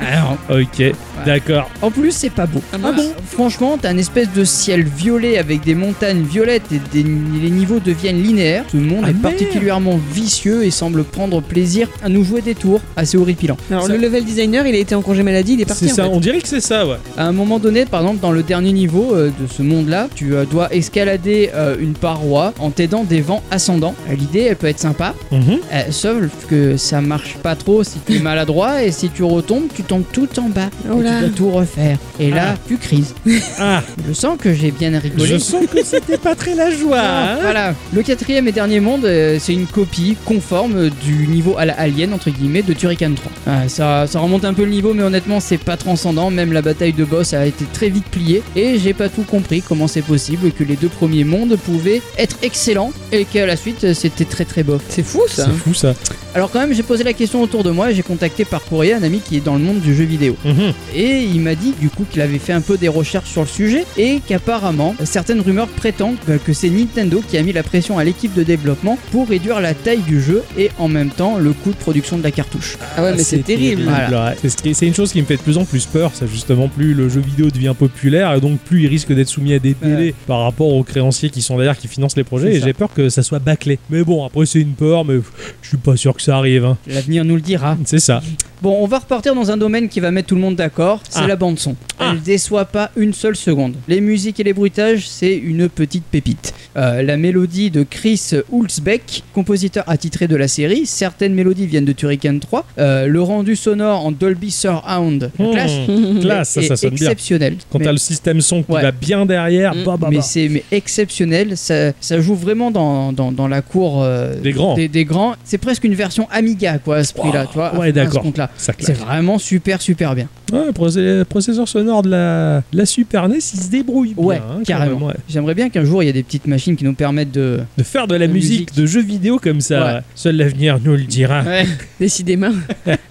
C: Alors,
A: ok, d'accord.
C: en plus, c'est pas beau.
B: Ah mince.
C: Franchement, t'as un espèce de ciel violet avec des montagnes violettes et des- les niveaux deviennent linéaires. Tout le monde
A: Ah,
C: est
A: merde.
C: particulièrement vicieux et semble prendre plaisir à nous jouer des tours assez horripilants.
B: Alors
A: Ça-
B: le level designer, il a été en congé maladie, il est parti.
A: C'est
B: en
A: ça,
B: fait.
A: on dirait que c'est ça, ouais.
C: À un moment donné, par exemple, dans le dernier niveau euh, de ce monde-là, tu euh, dois escalader euh, une paroi en t'aidant des vents ascendants. Euh, L'idée, elle peut être sympa,
A: Mhm.
C: euh, sauf que ça marche pas trop si
B: (laughs)
C: tu es maladroit et si tu retombes, tu tombes tout en bas.
B: Oh
C: et tu
B: là.
C: dois tout refaire. Et là, tu crises.
A: Ah,
C: Je sens que j'ai bien rigolé.
A: je sens que c'était pas très la joie.
C: Ah,
A: hein.
C: voilà. Le quatrième et dernier monde, euh, c'est une copie conforme euh, du niveau à la Alien, entre guillemets, de Turrican 3. Ah, ça, ça remonte un peu le niveau, mais honnêtement, c'est pas transcendant. Même la bataille de boss a été très vite pliée. Et j'ai pas tout compris comment c'est possible que les deux premiers mondes pouvaient être excellents et qu'à la suite, euh, c'était très très bof.
B: C'est fou ça.
A: C'est fou ça.
C: Alors, quand même, j'ai posé la question autour de moi et j'ai contacté par courrier un ami qui est dans le monde du jeu vidéo.
A: Mhm.
C: Et il m'a dit du coup qu'il avait fait un peu des recherches sur le sujet et qu'apparemment certaines rumeurs prétendent euh, que c'est Nintendo qui a mis la pression à l'équipe de développement pour réduire la taille du jeu et en même temps le coût de production de la cartouche.
B: Ah ouais, mais c'est
A: c'est
B: terrible.
A: terrible,
C: Voilà.
A: ouais. C'est ce qui- C'est une chose qui me fait de plus en plus peur. C'est justement plus le jeu vidéo devient populaire et donc plus il risque d'être soumis à des délais par rapport aux créanciers qui sont derrière qui financent les projets.
C: C'est
A: Et
C: ça.
A: j'ai peur que ça soit bâclé. Mais bon, après c'est une peur, mais pff, je suis pas sûr que ça arrive. hein.
C: L'avenir nous le dira.
A: C'est ça.
C: Bon, on va repartir dans un domaine qui va mettre tout le monde d'accord, c'est
A: Ah.
C: la bande son.
A: Ah.
C: Elle déçoit pas une seule seconde. Les musiques et les bruitages, c'est une petite pépite. Euh, la mélodie de Chris Hulsbeck, compositeur attitré de la série, certaines mélodies viennent de Turrican 3. Euh, le rendu sonore en Dolby Surround, la classe,
A: Hmm. Classe, ça,
C: est
A: ça sonne bien.
C: exceptionnel.
A: Quand
C: Mais-
A: t'as le système son qui
C: Ouais.
A: va bien derrière,
B: Mm.
A: bah, bah,
C: mais
A: bah.
C: c'est mais exceptionnel, ça, ça joue vraiment dans, dans, dans la cour euh,
A: Des grands.
C: Des, des grands. C'est presque une version Amiga quoi à ce prix-là, tu vois, à-
A: ouais,
C: à ce
A: d'accord.
C: compte-là.
A: ça
C: C'est
A: claque.
C: vraiment super super bien.
A: Ouais, procé- processeur sonore de la, de la Super NES, il se débrouille bien.
C: Ouais,
A: hein, quand
C: carrément.
A: même, ouais.
C: J'aimerais bien qu'un jour il y ait des petites machines qui nous permettent de.
A: De faire de la
C: De
A: musique,
C: musique.
A: de jeux vidéo comme ça,
C: Ouais.
A: seul l'avenir nous le dira.
C: (laughs) Ouais.
B: Décidément,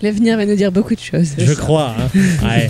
B: l'avenir va nous dire beaucoup de choses.
A: Je crois. hein.
C: (laughs)
A: Ouais.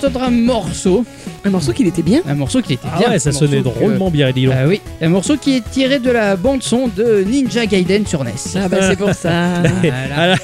C: faudra un morceau,
B: Un morceau qu'il était bien.
C: un morceau qui était
A: Ah
C: bien.
A: ouais, ça
C: un morceau
A: sonnait
C: que-
A: drôlement bien, dis donc.
C: Ah oui, un morceau qui est tiré de la bande son de Ninja Gaiden sur E NES.
B: Ah bah c'est pour ça.
C: Voilà.
A: Ah là,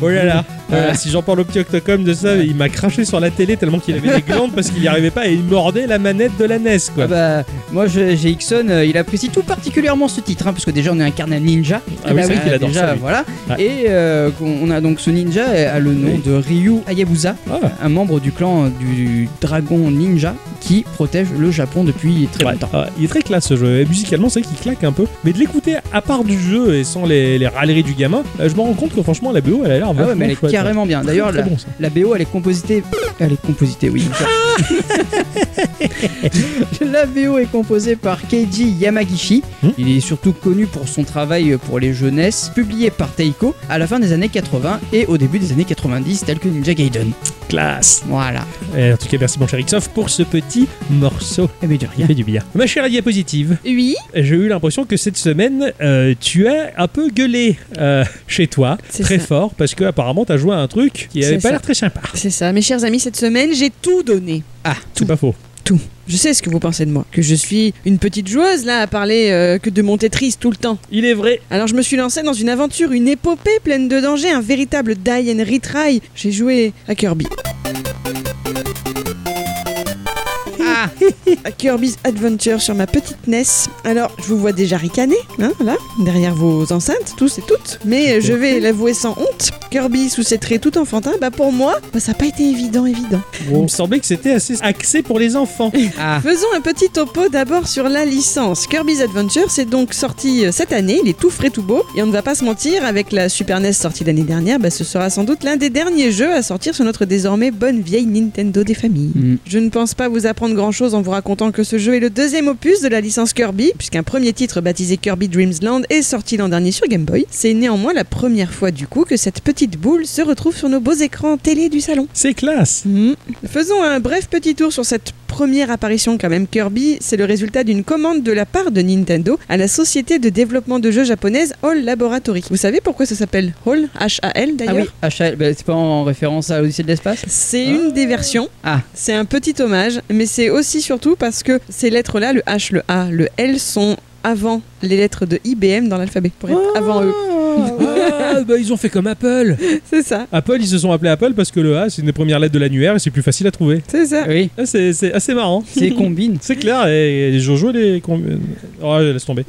A: oh là là,
C: Voilà.
A: Euh, si j'en parle au petit Octocom de ça, il m'a craché sur la télé tellement qu'il avait des glandes parce qu'il n'y arrivait pas et il mordait la manette de la NES quoi.
C: Ah bah, moi je- j'ai Ixon, euh, il apprécie tout particulièrement ce titre, hein, parce que déjà on est un carnal ninja.
A: Ah oui,
C: bah
A: c'est vrai qu'il adore
C: déjà,
A: ça, lui.
C: voilà.
A: Ouais.
C: Et euh, qu'on- on a donc ce ninja euh, a le nom
A: Oui.
C: de Ryu Hayabusa,
A: Ah.
C: un membre du clan euh, du dragon ninja qui protège le Japon depuis très
A: Ouais,
C: longtemps.
A: ouais, il est très classe ce jeu. Et musicalement, c'est vrai qu'il claque un peu. Mais de l'écouter à part du jeu et sans les, les râleries du gamin, euh, je me rends compte que franchement, la BO elle a l'air
C: Ah ouais,
A: vachement
C: mais elle est
A: chouette, ouais.
C: carrément bien. D'ailleurs,
A: Très,
C: la,
A: très bon, ça.
C: la BO, elle est compositée. Elle est compositée, (laughs) oui. la BO est composée par Keiji Yamagishi.
A: Hmm.
C: Il est surtout connu pour son travail pour les jeunesses, publié par Taiko à la fin des années 80 et au début des années 90, tel que Ninja Gaiden.
A: classe.
C: Voilà.
A: Et en tout cas, merci mon cher Ixoff pour ce petit morceau.
C: Eh bien, de
A: Il
C: rien.
A: fait du bien. Ma chère diapositive,
B: Oui,
A: j'ai eu l'impression que cette semaine, euh, tu as un peu gueulé euh, chez toi,
B: C'est
A: très
B: ça.
A: fort, parce que apparemment, t'as joué à un truc qui avait pas
B: C'est ça.
A: l'air très sympa.
B: c'est ça. Mes chers amis, cette semaine, j'ai tout donné.
C: Ah,
A: C'est pas faux.
B: Tout. Je sais ce que vous pensez de moi. Que je suis une petite joueuse, là, à parler euh, que de mon Tetris tout le temps.
A: Il est vrai.
B: Alors je me suis lancée dans une aventure, une épopée pleine de dangers, un véritable die and retry. J'ai joué à Kirby.
C: Ah,
B: à Kirby's Adventure sur ma petite NES. Alors, je vous vois déjà ricaner, hein, là, derrière vos enceintes, tous et toutes. Mais euh, je vais l'avouer sans honte, Kirby sous ses traits tout enfantins, bah pour moi, bah, ça n'a pas été évident, évident.
A: Il me semblait que c'était assez axé pour les enfants.
C: ah.
B: (laughs) Faisons un petit topo d'abord sur la licence. Kirby's Adventure, c'est donc sorti euh, cette année, il est tout frais, tout beau. Et on ne va pas se mentir, avec la Super NES sortie l'année dernière, bah, ce sera sans doute l'un des derniers jeux à sortir sur notre désormais bonne vieille Nintendo des familles.
C: Hmm.
B: Je ne pense pas vous apprendre grand chose en vous racontant que ce jeu est le deuxième opus de la licence Kirby, puisqu'un premier titre baptisé Kirby Dreams Land est sorti l'an dernier sur Game Boy. C'est néanmoins la première fois du coup que cette petite boule se retrouve sur nos beaux écrans télé du salon.
A: C'est classe.
B: Hmm. Faisons un bref petit tour sur cette première apparition quand même Kirby. C'est le résultat d'une commande de la part de Nintendo à la société de développement de jeux japonaise Hall Laboratory. Vous savez pourquoi ça s'appelle Hall H-A-L
C: Ah
B: d'ailleurs
C: oui, HL, bah, c'est pas en référence à l'Odyssée de l'espace
B: C'est
C: Ah.
B: une des versions.
C: Ah.
B: C'est un petit hommage, mais c'est aussi surtout parce que ces lettres-là, le H, le A, le L, sont avant les lettres de IBM dans l'alphabet, pour être avant eux.
A: Ah, bah, ils ont fait comme Apple.
B: C'est ça,
A: Apple, ils se sont appelés Apple parce que le A, c'est une des premières lettres de l'annuaire et c'est plus facile à trouver.
B: c'est ça.
C: Oui,
A: Ah, c'est c'est assez marrant.
C: c'est combine.
A: C'est clair, et, et Jojo, les. com- Oh, laisse tomber.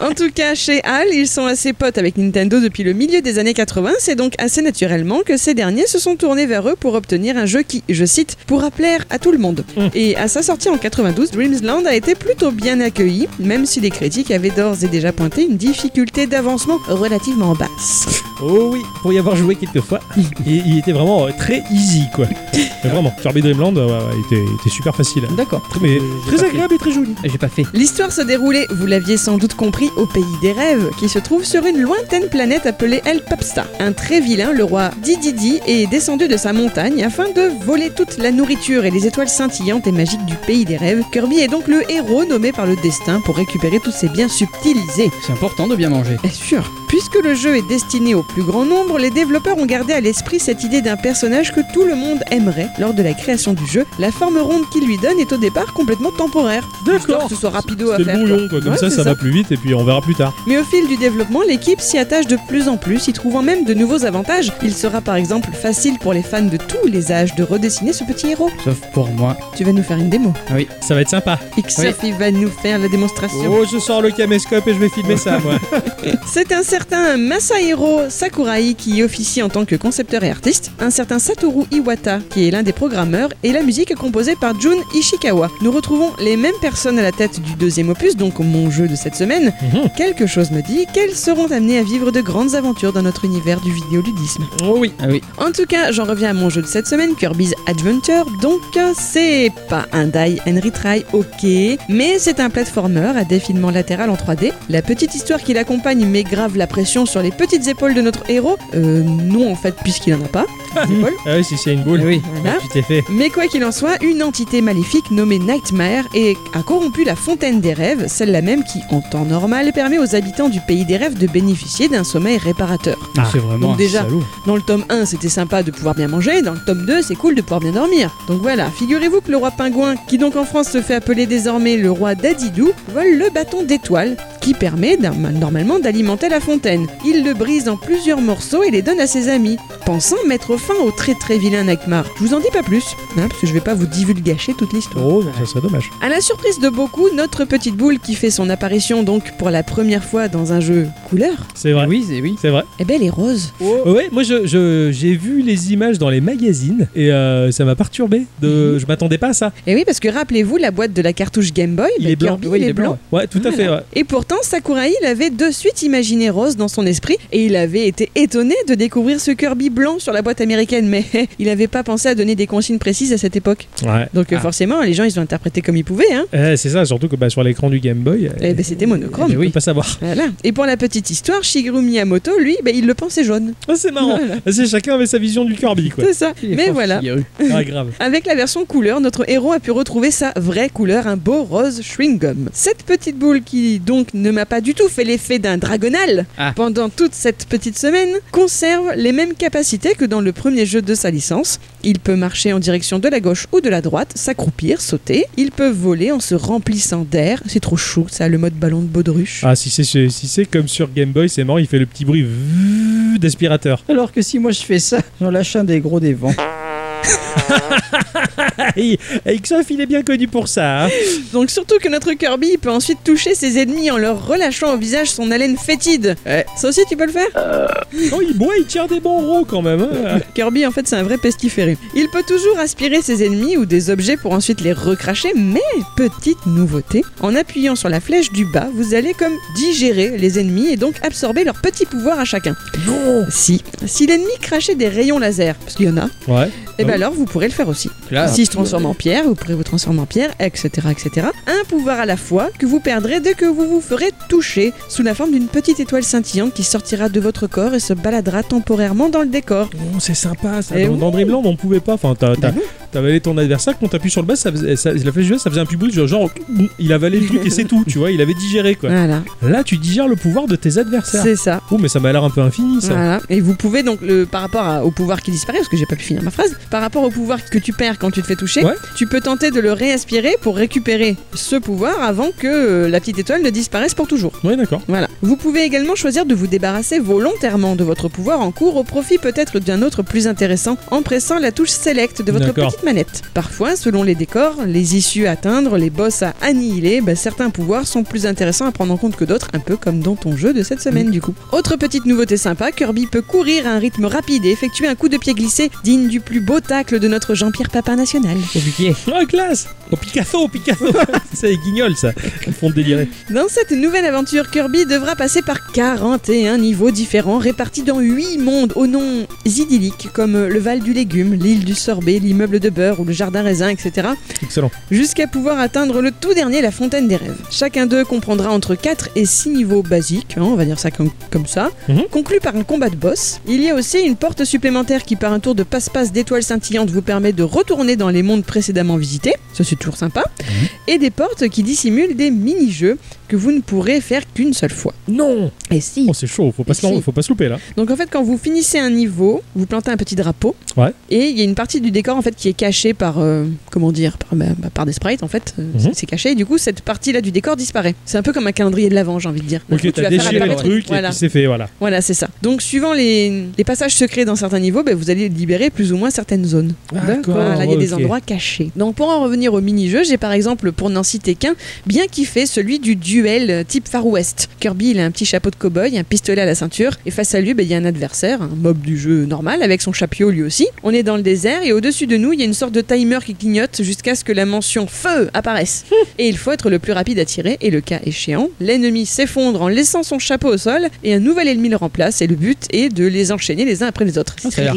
B: En tout cas, chez HAL, ils sont assez potes avec Nintendo depuis le milieu des années 80, c'est donc assez naturellement que ces derniers se sont tournés vers eux pour obtenir un jeu qui, je cite, pourra plaire à tout le monde.
A: Mm.
B: Et à sa sortie en 92, Dreams Land a été plutôt bien accueilli, même si les critiques avaient d'ores et déjà pointé une difficulté d'avancement relativement basse.
A: Oh oui, pour y avoir joué quelques fois, il, il était vraiment euh, très easy, quoi. Mais vraiment, Kirby Dreamland, ouais, ouais, il, était, il était super facile. Euh,
C: D'accord.
A: Très- mais
C: J'ai
A: très
C: pas
A: agréable et très joli.
C: fait. J'ai pas fait.
B: L'histoire se déroulait, vous l'aviez sans doute compris, au pays des rêves, qui se trouve sur une lointaine planète appelée El Papsta. Un très vilain, le roi Dididi, est descendu de sa montagne afin de voler toute la nourriture et les étoiles scintillantes et magiques du pays des rêves. Kirby est donc le héros nommé par le destin pour récupérer tous ces biens subtilisés.
C: C'est important de bien manger.
B: Bien sûr. Puisque le jeu est destiné au plus grand nombre, les développeurs ont gardé à l'esprit cette idée d'un personnage que tout le monde aimerait. Lors de la création du jeu, la forme ronde qu'il lui donne est au départ complètement temporaire. Histoire que Ce soit rapido à
A: C'était
B: faire.
A: le bouillon, quoi. Comme
B: Ouais,
A: ça,
B: c'est
A: ça va plus vite et puis on verra plus tard.
B: mais au fil du développement, l'équipe s'y attache de plus en plus, y trouvant même de nouveaux avantages. Il sera par exemple facile pour les fans de tous les âges de redessiner ce petit héros.
C: Sauf pour moi.
B: Tu vas nous faire une démo.
A: Ça va être sympa.
B: Xf, il va nous faire la démonstration.
A: Oh, je sors le caméscope et je vais filmer ça, moi.
B: C'est un certain Masahiro Sakurai qui officie en tant que concepteur et artiste, un certain Satoru Iwata qui est l'un des programmeurs et la musique est composée par Jun Ishikawa. Nous retrouvons les mêmes personnes à la tête du deuxième opus, donc mon jeu de cette semaine.
A: Mhm.
B: Quelque chose me dit qu'elles seront amenées à vivre de grandes aventures dans notre univers du vidéoludisme.
A: (laughs) Oh oui.
C: Ah oui.
B: En tout cas, j'en reviens à mon jeu de cette semaine, Kirby's Adventure. Donc, euh, c'est pas un die and retry, ok, mais c'est un platformer à défilement latéral en 3D. La petite histoire qui l'accompagne met grave la pression sur les petites épaules de notre héros. Euh, non, en fait, puisqu'il en a pas. des épaules.
A: Ah oui, si c'est une boule.
C: Eh oui.
B: Voilà.
A: Tu t'es fait.
B: Mais quoi qu'il en soit, une entité maléfique nommée Nightmare et a corrompu la fontaine des rêves, celle-là même qui, en temps normal, permet aux habitants du pays des rêves de bénéficier d'un sommeil réparateur.
A: Ah,
C: C'est vraiment
B: donc
C: un
B: déjà-
C: salaud.
B: Dans le tome 1, c'était sympa de pouvoir bien manger, dans le tome 2, c'est cool de pouvoir bien dormir. Donc voilà, figurez-vous que le roi pingouin, qui donc en France se fait appeler désormais le roi d'Adidou, vole le bâton d'étoile, qui permet d'un- normalement d'alimenter la fontaine. Il le brise en plusieurs morceaux et les donne à ses amis, pensant mettre fin au très très vilain Nakmar. Je vous en dis pas plus, hein, parce que je vais pas vous divulgacher toute l'histoire.
A: Oh, non, ça serait dommage.
B: À la surprise de beaucoup, notre petite boule qui fait son apparition donc pour la première fois dans un jeu couleur,
A: C'est vrai.
C: Oui, c'est oui.
A: C'est vrai.
B: eh ben elle est rose.
A: Ouais, moi je- je- j'ai vu les images dans les magazines et euh, ça m'a perturbé. De, Je m'attendais pas à ça.
B: Et Eh oui, parce que rappelez-vous la boîte de la cartouche Game Boy,
A: Il
B: bah,
A: est blanc.
B: Kirby,
A: Ouais,
B: il est blanc.
A: Ouais, tout à
B: Voilà.
A: fait. ouais.
B: Et pourtant, Sakurai l'avait de suite imaginé rose dans son esprit et il avait été étonné de découvrir ce Kirby blanc sur la boîte américaine, mais (laughs) il n'avait pas pensé à donner des consignes précises à cette époque.
A: Ouais.
B: Donc euh,
C: Ah.
B: forcément, les gens ils ont interprété comme ils pouvaient. Hein.
A: Eh, c'est ça, surtout que bah, sur l'écran du Game Boy.
B: Eh ben, c'était monochrome.
A: on peut pas savoir.
B: Voilà. Et pour la petite histoire, Shigeru Miyamoto, lui, ben, il le pensait jaune.
A: Ah, c'est marrant. C'est chacun avait sa vision du Kirby, quoi.
B: C'est ça. Mais voilà.
A: Ah, grave.
B: Avec la version couleur, notre héros a pu retrouver sa vraie couleur, un beau rose chewing-gum. Cette petite boule qui donc ne m'a pas du tout fait l'effet d'un dragonal
C: Ah.
B: pendant toute cette petite semaine, conserve les mêmes capacités que dans le premier jeu de sa licence. Il peut marcher en direction de la gauche ou de la droite, s'accroupir, sauter. Il peut voler en se remplissant d'air. C'est trop chaud, ça, le mode ballon de baudruche.
A: Ah, si c'est si c'est comme sur Game Boy, c'est marrant, il fait le petit bruit vuuu d'aspirateur.
C: Alors que si moi je fais ça, j'en lâche un des gros des (laughs) vents.
A: Hey, Xof, il est bien connu pour ça. hein.
B: Donc surtout que notre Kirby peut ensuite toucher ses ennemis en leur relâchant au visage son haleine fétide.
C: Ouais.
B: Ça aussi, tu peux le faire
A: Oh, il boit, il tire des bons rots quand même. hein.
B: Kirby, en fait, c'est un vrai pestiféré. Il peut toujours aspirer ses ennemis ou des objets pour ensuite les recracher, mais petite nouveauté, en appuyant sur la flèche du bas, vous allez comme digérer les ennemis et donc absorber leur petit pouvoir à chacun. Non Si. Si l'ennemi crachait des rayons laser, parce qu'il y en a,
A: Ouais.
B: et
A: Ah
B: ben
A: oui.
B: alors vous pourrez le faire aussi.
C: Là,
B: si se transforme en pierre, vous pourrez vous transformer en pierre, etc., etc. Un pouvoir à la fois que vous perdrez dès que vous vous ferez toucher sous la forme d'une petite étoile scintillante qui sortira de votre corps et se baladera temporairement dans le décor.
A: Oh, c'est sympa ça.
B: Eh
A: Dans,
B: oui.
A: dans Dreamland, on pouvait pas. Enfin, t'as- t'as-
B: Ben non.
A: t'avalais ton adversaire, quand t'appuies sur le bas, ça faisait, ça- la flèche du bas, ça faisait un petit bruit, genre, genre, il avalait le truc et c'est tout, tu vois, il avait digéré quoi.
B: Voilà,
A: Là, tu digères le pouvoir de tes adversaires.
B: c'est ça.
A: Oh, mais ça m'a l'air un peu infini ça.
B: Voilà. Et vous pouvez donc, le, par rapport à- au pouvoir qui disparaît, parce que j'ai pas pu finir ma phrase, par rapport au pouvoir que tu perds quand tu te fais toucher,
A: Ouais.
B: tu peux tenter de le réaspirer pour récupérer ce pouvoir avant que euh, la petite étoile ne disparaisse pour toujours.
A: Ouais, d'accord.
B: Voilà. Vous pouvez également choisir de vous débarrasser volontairement de votre pouvoir en cours au profit peut-être d'un autre plus intéressant en pressant la touche Select de votre
A: D'accord.
B: petite manette. Parfois, selon les décors, les issues à atteindre, les boss à annihiler, bah, certains pouvoirs sont plus intéressants à prendre en compte que d'autres, un peu comme dans ton jeu de cette
A: Mm.
B: semaine du coup. Autre petite nouveauté sympa, Kirby peut courir à un rythme rapide et effectuer un coup de pied glissé digne du plus beau tacle de notre Jean-Pierre Papin national.
A: Ah, classe Oh, Picasso, Picasso (laughs) C'est guignol ça. Ils font délirer.
B: Dans cette nouvelle aventure, Kirby devra passer par 41 niveaux différents répartis dans 8 mondes aux noms idylliques comme le Val du Légume, l'île du Sorbet, l'immeuble de beurre ou le jardin raisin, etc.
A: Excellent.
B: jusqu'à pouvoir atteindre le tout dernier, la fontaine des rêves. Chacun d'eux comprendra entre 4 et 6 niveaux basiques, hein, on va dire ça comme, comme ça,
A: Mhm.
B: conclu par un combat de boss. Il y a aussi une porte supplémentaire qui par un tour de passe-passe d'étoiles scintillantes vous permet de retourner dans les mondes précédemment visités, ça c'est toujours sympa, et des portes qui dissimulent des mini-jeux que vous ne pourrez faire qu'une seule fois.
A: Non
B: Et si
A: Oh, c'est chaud, faut pas, se,
B: Si.
A: faut pas se louper là.
B: donc en fait, quand vous finissez un niveau, vous plantez un petit drapeau.
A: Ouais.
B: Et il y a une partie du décor en fait qui est cachée par euh, comment dire par, bah, bah, par des sprites en fait. Euh,
A: Mhm.
B: C'est caché. Et du coup, cette partie là du décor disparaît. C'est un peu comme un calendrier de l'avant, j'ai envie de dire. D'un coup,
A: Ok,
B: tu
A: t'as
B: vas faire
A: déchiré le
B: apparaître-
A: truc et
B: Voilà,
A: puis c'est fait, voilà.
B: Voilà, c'est ça. Donc suivant les, les passages secrets dans certains niveaux, bah, vous allez libérer plus ou moins certaines zones.
A: D'accord.
B: Voilà, il y a des
A: ok.
B: endroits cachés. Donc pour en revenir au mini-jeu, j'ai par exemple, pour n'en citer qu'un, bien kiffé celui du duel euh, type Far West. Kirby, il a un petit chapeau de cow-boy, un pistolet à la ceinture, et face à lui, ben, il y a un adversaire, un mob du jeu normal, avec son chapeau lui aussi. On est dans le désert, et au-dessus de nous, il y a une sorte de timer qui clignote jusqu'à ce que la mention feu
C: (laughs)
B: apparaisse. et il faut être le plus rapide à tirer, et le cas échéant, l'ennemi s'effondre en laissant son chapeau au sol, et un nouvel ennemi le remplace, et le but est de les enchaîner les uns après les autres.
A: Ah, ça a l'air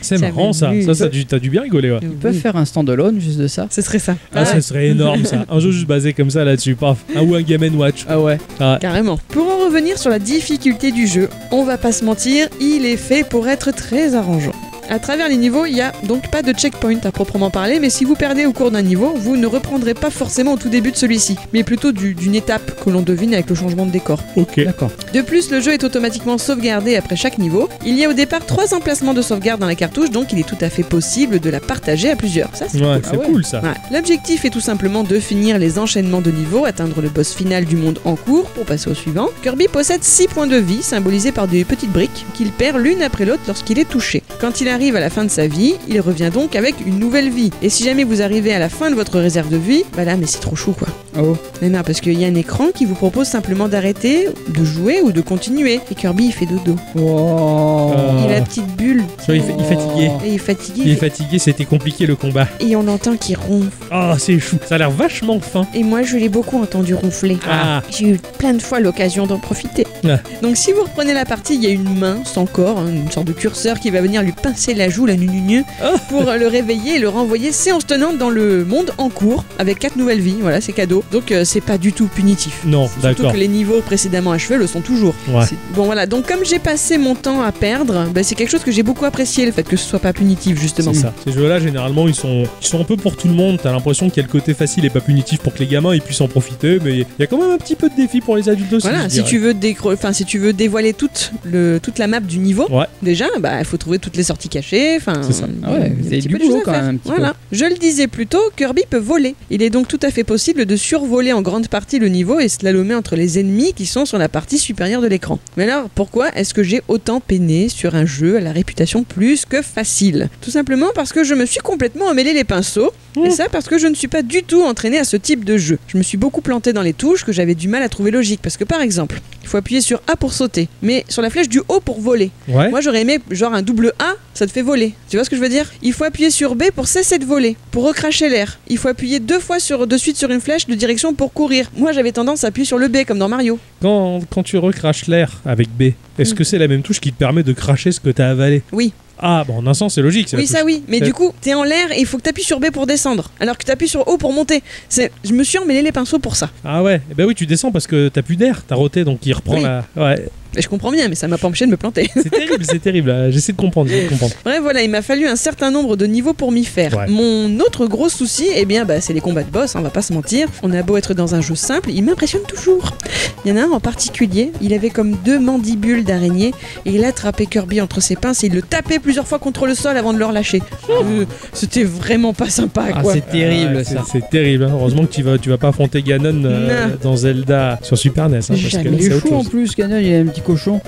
A: C'est
B: Ça
A: marrant ça.
B: m'amuse.
A: Ça, ça a dû- t'as dû bien rigoler, ouais.
C: Ils peuvent faire un stand-alone juste de ça.
B: Ce serait ça.
A: Ah, ça serait énorme ça. Un jeu juste basé comme ça là-dessus, paf. Un ou un game Raven Watch.
C: Ah ouais.
B: Carrément. Pour en revenir sur la difficulté du jeu, on va pas se mentir, il est fait pour être très arrangeant. À travers les niveaux, il n'y a donc pas de checkpoint à proprement parler, mais si vous perdez au cours d'un niveau, vous ne reprendrez pas forcément au tout début de celui-ci, mais plutôt du- d'une étape que l'on devine avec le changement de décor.
A: Ok.
C: D'accord.
B: De plus, le jeu est automatiquement sauvegardé après chaque niveau. Il y a au départ trois emplacements de sauvegarde dans la cartouche, donc il est tout à fait possible de la partager à plusieurs. Ça, c'est
A: Ouais,
C: Ah
A: c'est
C: ouais.
A: cool ça.
B: Ouais. L'objectif est tout simplement de finir les enchaînements de niveaux, atteindre le boss final du monde en cours pour passer au suivant. Kirby possède 6 points de vie symbolisés par des petites briques qu'il perd l'une après l'autre lorsqu'il est touché. Quand il arrive à la fin de sa vie, il revient donc avec une nouvelle vie. Et si jamais vous arrivez à la fin de votre réserve de vie, bah là mais c'est trop chou quoi.
C: Oh.
B: Mais non, parce qu'il y a un écran qui vous propose simplement d'arrêter, de jouer ou de continuer. Et Kirby il fait dodo.
C: Wow.
A: Euh.
B: Il a la petite bulle
A: Tu vois, il, fa- il est fatigué.
B: et il est fatigué
A: Il est fatigué, c'était compliqué le combat.
B: et on l'entend qui ronfle.
A: Ah, c'est chou. Ça a l'air vachement fin.
B: Et moi je l'ai beaucoup entendu ronfler.
A: Ah,
B: J'ai eu plein de fois l'occasion d'en profiter.
A: Ouais.
B: Donc si vous reprenez la partie, il y a une main sans corps, hein, une sorte de curseur qui va venir lui pincer la joue, la nunugne,
A: Oh.
B: pour euh, le réveiller et le renvoyer séance tenante dans le monde en cours avec quatre nouvelles vies. Voilà, c'est cadeau. Donc euh, c'est pas du tout punitif.
A: non,
B: Surtout
A: d'accord.
B: que les niveaux précédemment achevés le sont toujours.
A: Ouais.
B: C'est- Bon voilà, donc comme j'ai passé mon temps à perdre, bah, c'est quelque chose que j'ai beaucoup apprécié, le fait que ce soit pas punitif justement.
A: C'est ça. Ces jeux-là, généralement, ils sont, ils sont un peu pour tout le monde. T'as l'impression qu'il y a le côté facile et pas punitif pour que les gamins ils puissent en profiter, mais il y a quand même un petit peu de défi pour les adultes aussi.
B: Voilà,
A: je
B: si
A: dirais.
B: tu, veux décro- enfin, si tu veux dévoiler toute, le, toute la map du niveau,
A: Ouais.
B: déjà, bah, il faut trouver toutes les sorties cachées. Enfin,
A: C'est ça.
C: Ah ouais,
B: un
C: vous avez
B: petit
C: du
B: peu de
C: boulot
B: choses à
C: quand
B: faire.
C: même, un petit peu.
B: Voilà. Je le disais plus tôt, Kirby peut voler. Il est donc tout à fait possible de survoler en grande partie le niveau et slalomer entre les ennemis qui sont sur la partie supérieure de l'écran. Mais alors, pourquoi est-ce que j'ai autant peiné sur un jeu à la réputation plus que facile Tout simplement parce que je me suis complètement emmêlé les pinceaux et ça parce que je ne suis pas du tout entraîné à ce type de jeu. Je me suis beaucoup planté dans les touches que j'avais du mal à trouver logique. Parce que par exemple, il faut appuyer sur A pour sauter, mais sur la flèche du haut pour voler.
A: Ouais.
B: Moi j'aurais aimé genre un double A, ça te fait voler. Tu vois ce que je veux dire Il faut appuyer sur B pour cesser de voler, pour recracher l'air. Il faut appuyer deux fois sur, de suite sur une flèche de direction pour courir. Moi j'avais tendance à appuyer sur le B comme dans Mario.
A: Quand, quand tu recraches l'air avec B, est-ce
B: Mm.
A: que c'est la même touche qui te permet de cracher ce que t'as avalé
B: Oui.
A: Ah, bon, en un sens, c'est logique. c'est la
B: Oui ça
A: touche.
B: oui, mais
A: C'est-
B: du coup t'es en l'air et il faut que t'appuies sur B pour descendre, alors que t'appuies sur O pour monter. C'est- Je me suis emmêlé les pinceaux pour ça.
A: Ah ouais. Eh ben oui, tu descends parce que t'as plus d'air, t'as roté, donc il reprend
B: Oui.
A: la. Ouais.
B: Mais je comprends bien, mais ça m'a pas empêché de me planter.
A: C'est terrible, c'est terrible. là. J'essaie de comprendre, j'essaie de comprendre.
B: Bref, voilà, il m'a fallu un certain nombre de niveaux pour m'y faire.
A: Ouais.
B: Mon autre gros souci, eh bien, bah, c'est les combats de boss, hein, on va pas se mentir. On a beau être dans un jeu simple, il m'impressionne toujours. Il y en a un en particulier, il avait comme deux mandibules d'araignée, et il attrapait Kirby entre ses pinces et il le tapait plusieurs fois contre le sol avant de le relâcher. Euh, C'était vraiment pas sympa,
C: Ah,
B: quoi.
C: c'est terrible
A: Ah, c'est-
C: ça.
A: C'est terrible. hein. Heureusement que tu vas, tu vas pas affronter Ganon euh,
B: Non.
A: dans Zelda sur Super NES. hein, parce que
B: Jamais.
A: là,
C: Il
A: c'est
C: est
A: autre
C: chou en
A: chose.
C: plus, Canon, il a un petit cochon.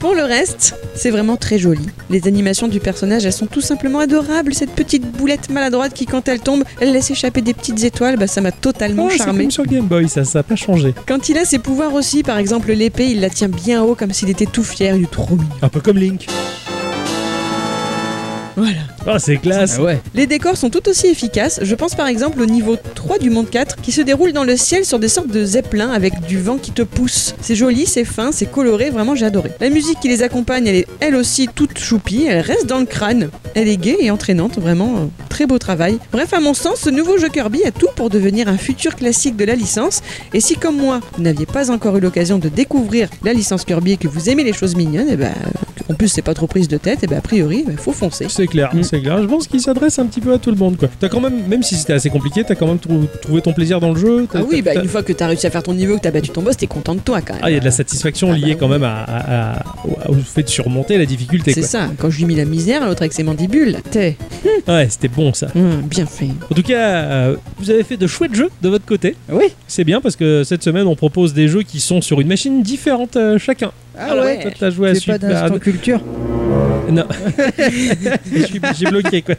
B: Pour le reste, c'est vraiment très joli. Les animations du personnage, elles sont tout simplement adorables. Cette petite boulette maladroite qui, quand elle tombe, elle laisse échapper des petites étoiles, bah, ça m'a totalement
A: Ouais, c'est
B: charmé.
A: comme sur Game Boy, ça, ça a pas changé.
B: Quand il a ses pouvoirs aussi, par exemple l'épée, il la tient bien haut comme s'il était tout fier, il est trop mignon.
A: Un peu comme Link.
B: Voilà.
A: Ah, c'est classe.
C: Ah ouais.
B: Les décors sont tout aussi efficaces. Je pense par exemple au niveau 3 du monde 4 qui se déroule dans le ciel sur des sortes de zeppelins avec du vent qui te pousse. C'est joli, c'est fin, c'est coloré, vraiment j'ai adoré. La musique qui les accompagne, elle est elle aussi toute choupie, elle reste dans le crâne. Elle est gaie et entraînante, vraiment euh, très beau travail. Bref, à mon sens, ce nouveau jeu Kirby a tout pour devenir un futur classique de la licence. Et si comme moi, vous n'aviez pas encore eu l'occasion de découvrir la licence Kirby et que vous aimez les choses mignonnes, et ben euh, en plus c'est pas trop prise de tête, et ben a priori, il faut foncer.
A: C'est clair,
C: Mm.
A: c'est clair. Je pense qu'il s'adresse un petit peu à tout le monde. Quoi. T'as quand même, même si c'était assez compliqué, t'as quand même trou- trouvé ton plaisir dans le jeu. t'as-
B: Ah oui,
A: t'as-
B: bah
A: t'as-
B: une fois que t'as réussi à faire ton niveau, que t'as battu ton boss, t'es content de toi quand même.
A: Ah, il y a de la satisfaction
B: Ah bah
A: liée quand
B: oui.
A: même à, à- à- au- au fait de surmonter la difficulté.
B: c'est
A: quoi.
B: ça, quand je lui mis la misère, l'autre avec ses mandibules, t'es
A: Ouais, c'était bon ça.
B: hum, bien fait.
A: En tout cas, euh, vous avez fait de chouettes jeux de votre côté.
C: Oui.
A: C'est bien parce que cette semaine, on propose des jeux qui sont sur une machine différente euh, chacun.
C: Ah
B: ouais.
A: Toi, t'as joué à
C: C'est pas
A: Super
C: d'instant culture.
A: Non. Je suis- J'ai bloqué
C: (laughs)
A: quoi.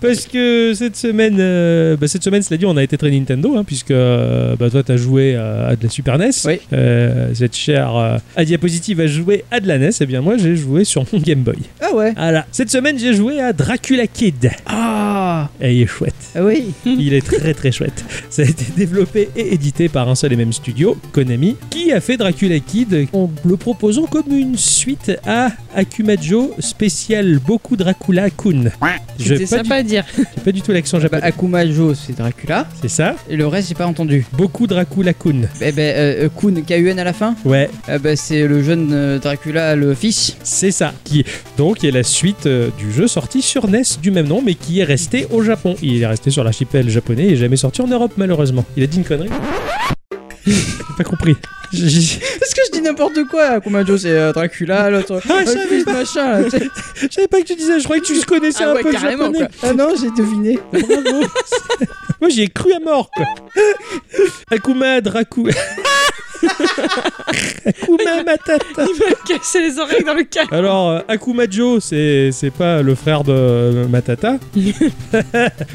A: Parce que cette semaine, euh, bah, cette semaine, cela dit, on a été très Nintendo, hein, puisque euh, bah, toi, t'as joué euh, à de la Super NES.
C: Oui.
A: Euh, cette chère euh, à diapositive a joué à de la NES. Et Eh bien moi, j'ai joué sur mon Game Boy.
C: Ah ouais.
A: Voilà. Cette semaine, j'ai joué à Dracula Kid.
C: Ah.
A: Et il est chouette.
C: Ah oui.
A: Il est très très chouette. Ça a été développé et édité par un seul et même studio, Konami, qui a fait Dracula Kid en le proposant comme une suite à Akuma Joe spécial beaucoup Dracula Kun. Je
B: C'était
A: n'ai pas, du-
B: sympa à dire.
A: j'ai pas du tout l'accent
C: Bah,
A: japonais.
C: Akuma Jo, c'est Dracula.
A: C'est ça
C: Et le reste, j'ai pas entendu.
A: Beaucoup Dracula Kun.
C: Eh ben, euh, Kun, K-U-N à la fin
A: Ouais,
C: Eh ben, c'est le jeune euh, Dracula, le fils.
A: c'est ça. Qui donc est la suite euh, du jeu sorti sur NES du même nom, mais qui est resté au Japon. Il est resté sur l'archipel japonais et jamais sorti en Europe malheureusement. Il a dit une connerie. (laughs) J'ai pas compris. J'ai- j'ai-
C: (laughs) Est-ce que je dis n'importe quoi Akuma Jo, c'est euh, Dracula, l'autre.
A: Ah, je
C: le
A: savais
C: fils, machin. là, tu sais.
A: Je savais pas que tu disais. Je croyais que tu connaissais
B: Ah
A: un
B: ouais,
A: peu le
B: carrément,
A: japonais.
C: ah non, j'ai deviné.
A: (laughs) Bravo. Moi j'y ai cru à mort quoi. Akuma Dracu. Akuma Matata.
B: Il m'a cassé les oreilles dans le cas.
A: Alors euh, Akuma Joe, c'est c'est pas le frère de euh,
B: (laughs)
A: Matata.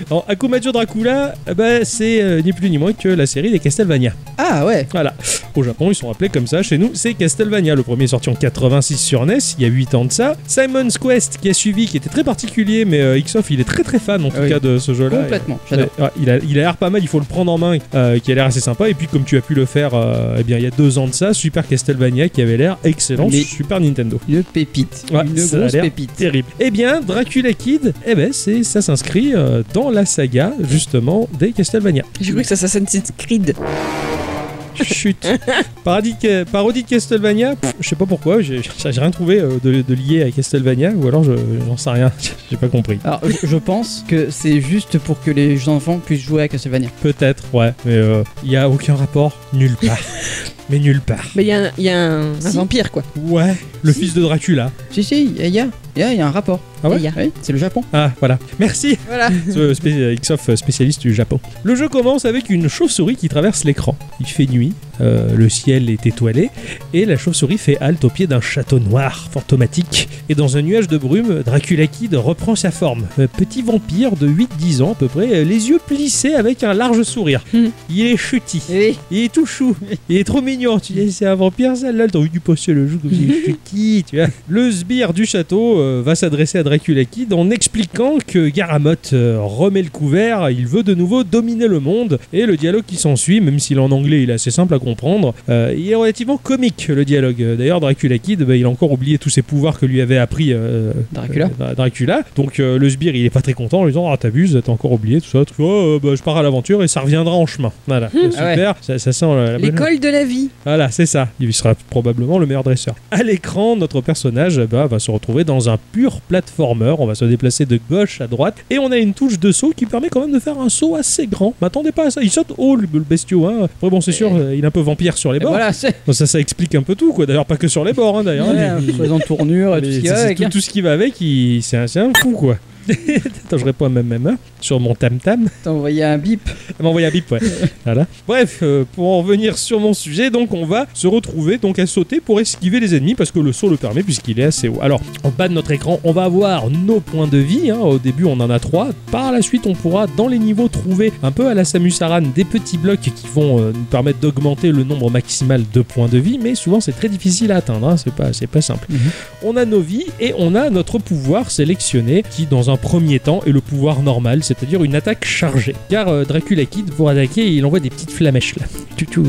A: Alors Akuma Joe Dracula, eh ben, c'est euh, ni plus ni moins que la série des Castlevania.
C: Ah ouais.
A: Voilà. Au Japon, ils sont appelés comme ça. Chez nous, c'est Castlevania. Le premier est sorti en 86 sur NES, il y a 8 ans de ça. Simon's Quest qui a suivi, qui était très particulier, mais euh, Xof, il est très très fan en tout
C: Ah oui.
A: cas de ce jeu-là. Et-
C: Complètement, j'adore.
A: Ouais, ouais, il a il a l'air pas mal, il faut le prendre en main, euh, qui a l'air assez sympa. Et puis, comme tu as pu le faire euh, eh bien, il y a deux ans de ça, Super Castlevania qui avait l'air excellent
C: Mais-
A: sur Super Nintendo.
C: Une pépite.
A: Ouais,
C: une
A: ça a
C: grosse
A: l'air
C: pépite.
A: Terrible. Eh bien, Dracula Kid, eh ben, c'est- ça s'inscrit euh, dans la saga justement des Castlevania.
B: J'ai cru que ça Assassin's Creed.
A: Chut. Paradis- euh, parodie de Castlevania, pff, je sais pas pourquoi, j'ai j'ai rien trouvé euh, de, de lié à Castlevania, ou alors je- j'en sais rien, (laughs) j'ai pas compris.
C: Alors, je, je pense que c'est juste pour que les enfants puissent jouer à Castlevania.
A: Peut-être, ouais, mais euh, il y a aucun rapport, nulle part. mais nulle part.
B: Mais il y a un, il y a un- un
C: Si.
B: vampire quoi.
A: Ouais, le
C: Si.
A: fils de Dracula.
C: Si, si, il y a, il y, a, il y a- il y a un rapport.
A: Ah ouais
B: Il y a-
C: Oui, c'est le Japon.
A: Ah, voilà. Merci,
C: Voilà.
A: (laughs) ce spé- Xof, spécialiste du Japon. Le jeu commence avec une chauve-souris qui traverse l'écran. Il fait nuit, euh, le ciel est étoilé, et la chauve-souris fait halte au pied d'un château noir, fantomatique. Et dans un nuage de brume, Dracula Kid reprend sa forme. Euh, petit vampire de 8-10 ans à peu près, euh, les yeux plissés avec un large sourire.
B: Hmm.
A: Il est chuti.
C: Oui.
A: Il est tout chou, il est trop mignon. Tu dis, c'est un vampire, ça, là, t'as envie du poster le jeu comme si
C: (laughs)
A: je suis qui, tu vois. Le sbire du château euh, va s'adresser à Dracula Kid en expliquant que Garamoth euh, remet le couvert, il veut de nouveau dominer le monde. Et le dialogue qui s'ensuit, même s'il est en anglais, il est assez simple à comprendre, euh, il est relativement comique le dialogue. Euh, D'ailleurs, Dracula Kid, bah, il a encore oublié tous ses pouvoirs que lui avait appris euh,
C: Dracula.
A: euh, Dra- Dracula. Donc euh, le sbire, il est pas très content en lui disant Ah, t'abuses, t'as encore oublié tout ça. Tu vois, euh, bah, je pars à l'aventure et ça reviendra en chemin. Voilà,
C: Hmm.
A: super, ça, ça sent la, la bonne-
B: L'école de la vie.
A: Voilà, c'est ça. Il sera probablement le meilleur dresseur. À l'écran, notre personnage bah, va se retrouver dans un pur platformer. On va se déplacer de gauche à droite et on a une touche de saut qui permet quand même de faire un saut assez grand. M'attendez pas à ça. Il saute haut, le, le bestiau. Hein. Après, bon, c'est sûr, euh, il est un peu vampire sur les
C: Et
A: bords.
C: voilà, c'est.
A: Bon, ça, ça explique un peu tout, quoi. D'ailleurs, pas que sur les bords, hein, d'ailleurs.
C: Ouais, les entournures et tout
A: Mais
C: ce qu'il y
A: c'est-
C: a.
A: c'est
C: avec,
A: tout,
C: hein.
A: tout ce qui va avec, il- c'est un, c'est un fou
C: (laughs)
A: quoi. Attends, je réponds à ma maman sur mon tam tam.
C: T'as envoyé un bip.
A: Elle m'a envoyé un
C: (laughs)
A: bip, ouais. voilà. Bref, euh, pour en revenir sur mon sujet, donc on va se retrouver donc à sauter pour esquiver les ennemis parce que le saut le permet puisqu'il est assez haut. Alors, en bas de notre écran, on va avoir nos points de vie. hein. Au début, on en a trois. Par la suite, on pourra dans les niveaux trouver un peu à la Samus Aran des petits blocs qui vont euh, nous permettre d'augmenter le nombre maximal de points de vie, mais souvent c'est très difficile à atteindre. hein. C'est pas, c'est pas simple
C: Mhm.
A: on a nos vies et on a notre pouvoir sélectionné qui dans un premier temps est le pouvoir normal, c'est-à-dire une attaque chargée. Car euh, Dracula Kid pour attaquer il envoie des petites flamèches là. Tutou.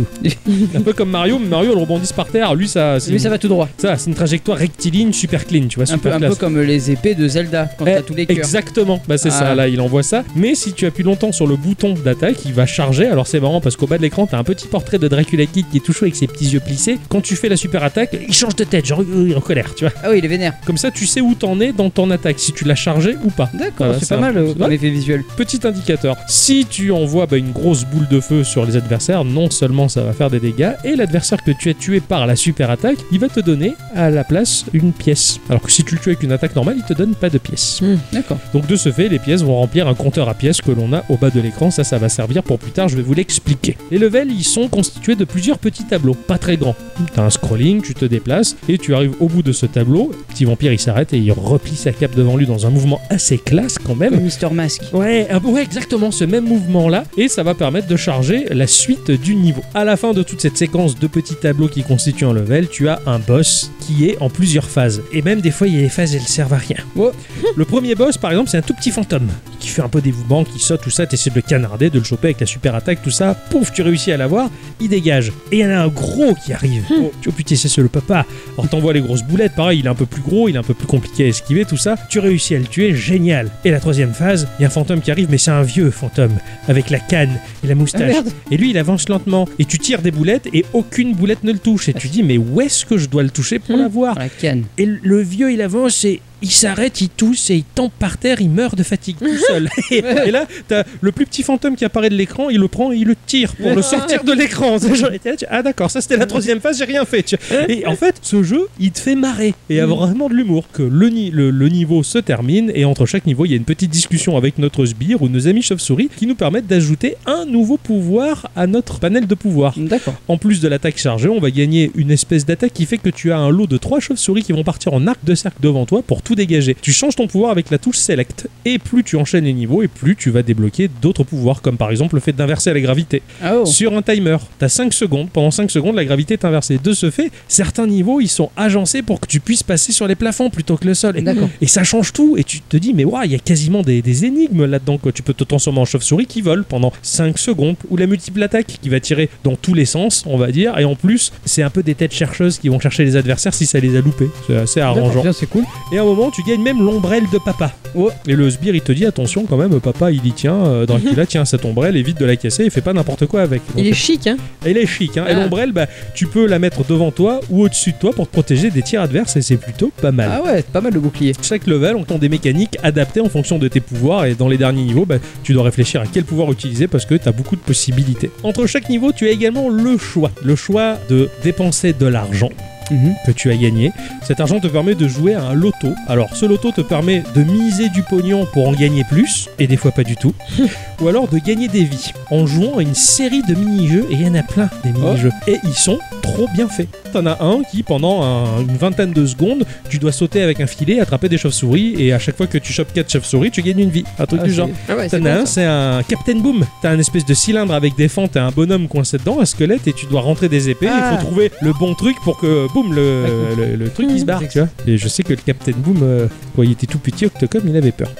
A: un peu comme Mario, mais Mario le rebondisse par terre, lui ça c'est
C: Lui, ça va tout droit.
A: ça, c'est une trajectoire rectiligne super clean, tu vois,
C: Un
A: super
C: peu, un
A: classe.
C: peu comme les épées de Zelda quand
A: Eh,
C: t'as tous les cœurs.
A: Exactement, bah c'est
C: Ah.
A: ça, là il envoie ça. Mais si tu appuies longtemps sur le bouton d'attaque, il va charger. Alors c'est marrant parce qu'au bas de l'écran, t'as un petit portrait de Dracula Kid qui est tout chaud avec ses petits yeux plissés. Quand tu fais la super attaque, il change de tête, genre euh, il est en colère, tu vois.
C: Ah oui, il est vénère.
A: Comme ça, tu sais où t'en es dans ton attaque, si tu l'as chargé ou pas.
C: D'accord,
A: Voilà, Ah,
C: c'est
A: c'est
C: pas
A: un-
C: mal euh,
A: c'est
C: comme
A: vrai.
C: effet visuel.
A: Petit indicateur. Si tu envoies bah, une grosse boule de feu sur les adversaires, non seulement ça va faire des dégâts, et l'adversaire que tu as tué par la super attaque, il va te donner à la place une pièce. Alors que si tu le tues avec une attaque normale, il te donne pas de pièce.
C: D'accord.
A: (laughs) Donc de ce fait, les pièces vont remplir un compteur à pièces que l'on a au bas de l'écran. Ça, ça va servir pour plus tard, je vais vous l'expliquer. Les levels, ils sont constitués de plusieurs petits tableaux, pas très grands. T'as un scrolling, tu te déplaces, et tu arrives au bout de ce tableau. Le petit vampire, il s'arrête et il replie sa cape devant lui dans un mouvement assez classe quand même.
C: Comme Mister Mask.
A: Ouais, un- ouais, exactement ce même mouvement là, et ça va permettre de charger la suite du niveau. À la fin de toute cette séquence de petits tableaux qui constituent un level, tu as un boss qui est en (laughs) plusieurs phases. Et même des fois, il y a des phases, elles servent à rien.
C: Oh.
A: Le premier boss, par exemple, c'est un tout petit fantôme qui fait un peu des mouvements, qui saute, tout ça, t'essaies de le canarder, de le choper avec la super attaque, tout ça, pouf, tu réussis à l'avoir, il dégage. Et il y en a un gros qui arrive.
C: Hmm.
A: Oh, tu- oh, putain, c'est ce le papa. Alors t'envoies les grosses boulettes, pareil, il est un peu plus gros, il est un peu plus compliqué à esquiver, tout ça. Tu réussis à le tuer, génial. Et la troisième phase, il y a un fantôme qui arrive, mais c'est un vieux fantôme, avec la canne et la
C: Ah,
A: moustache.
C: merde.
A: Et lui, il avance lentement. Et tu tires des boulettes et aucune boulette ne le touche. Et tu dis, mais où est-ce que je dois le toucher pour
C: Ah. Hmm.
A: l'avoir
C: La canne.
A: Et le vieux, il avance et il s'arrête, il tousse et il tombe par terre, il meurt de fatigue tout seul. et, et là, t'as le plus petit fantôme qui apparaît de l'écran, il le prend et il le tire pour le sortir de l'écran. C'est genre, et t'es là, tu- ah d'accord, ça c'était la troisième phase, j'ai rien fait. tu- Et en fait, ce jeu, il te fait marrer et il y a vraiment de l'humour. Que le, ni- le- le niveau se termine et entre chaque niveau, il y a une petite discussion avec notre sbire ou nos amis chauves-souris qui nous permettent d'ajouter un nouveau pouvoir à notre panel de pouvoirs.
C: D'accord.
A: En plus de l'attaque chargée, on va gagner une espèce d'attaque qui fait que tu as un lot de trois chauves-souris qui vont partir en arc de cercle devant toi pour tout dégager. Tu changes ton pouvoir avec la touche Select, et plus tu enchaînes les niveaux, et plus tu vas débloquer d'autres pouvoirs, comme par exemple le fait d'inverser la gravité.
C: Oh.
A: Sur un timer, t'as 5 secondes, pendant 5 secondes, la gravité est inversée. De ce fait, certains niveaux, ils sont agencés pour que tu puisses passer sur les plafonds plutôt que le sol. Et
C: D'accord.
A: et ça change tout. Et tu te dis, mais waouh, il y a quasiment des, des énigmes là-dedans. quoi. Tu peux te transformer en chauve-souris qui vole pendant 5 secondes, ou la multiple attaque qui va tirer dans tous les sens, on va dire. Et en plus, c'est un peu des têtes chercheuses qui vont chercher les adversaires si ça les a loupés. C'est assez
C: D'accord,
A: arrangeant.
C: bien, C'est cool.
A: Et à un moment, tu gagnes même l'ombrelle de papa.
C: Oh.
A: Et le sbire, il te dit, attention quand même, papa, il y tient. Euh,
C: (laughs)
A: Dracula tient cette ombrelle, évite de la casser et fait pas n'importe quoi avec. Donc,
B: Il est chic, hein
A: elle est chic. Hein. Et
C: Ah.
A: l'ombrelle, bah, tu peux la mettre devant toi ou au-dessus de toi pour te protéger des tirs adverses et c'est plutôt pas mal.
C: Ah ouais, pas mal le bouclier.
A: Chaque level ont des mécaniques adaptées en fonction de tes pouvoirs et dans les derniers niveaux, bah, tu dois réfléchir à quel pouvoir utiliser parce que tu as beaucoup de possibilités. Entre chaque niveau, tu as également le choix. Le choix de dépenser de l'argent
C: Mhm.
A: que tu as gagné. Cet argent te permet de jouer à un loto. Alors ce loto te permet de miser du pognon pour en gagner plus, et des fois pas du
C: (laughs)
A: tout, ou alors de gagner des vies en jouant à une série de mini-jeux, et il y en a plein
C: Oh.
A: des mini-jeux, et ils sont trop bien faits. T'en as un qui pendant un- une vingtaine de secondes, tu dois sauter avec un filet, attraper des chauves-souris, et à chaque fois que tu chopes 4 chauves-souris, tu gagnes une vie. Un truc
C: Ah,
A: du
C: c'est-
A: genre.
C: Ah ouais,
A: T'en
C: bon,
A: as un,
C: ça.
A: c'est un Captain Boom. T'as un espèce de cylindre avec des fentes, t'as un bonhomme coincé dedans, un squelette, et tu dois rentrer des épées.
C: Ah.
A: Il faut trouver le bon truc pour que, boum,
C: (laughs)
A: le, le, le truc il se barre, tu vois. Et je sais que le Captain Boom, euh, quand il était tout petit, Octocom, il avait
C: (laughs)
A: peur.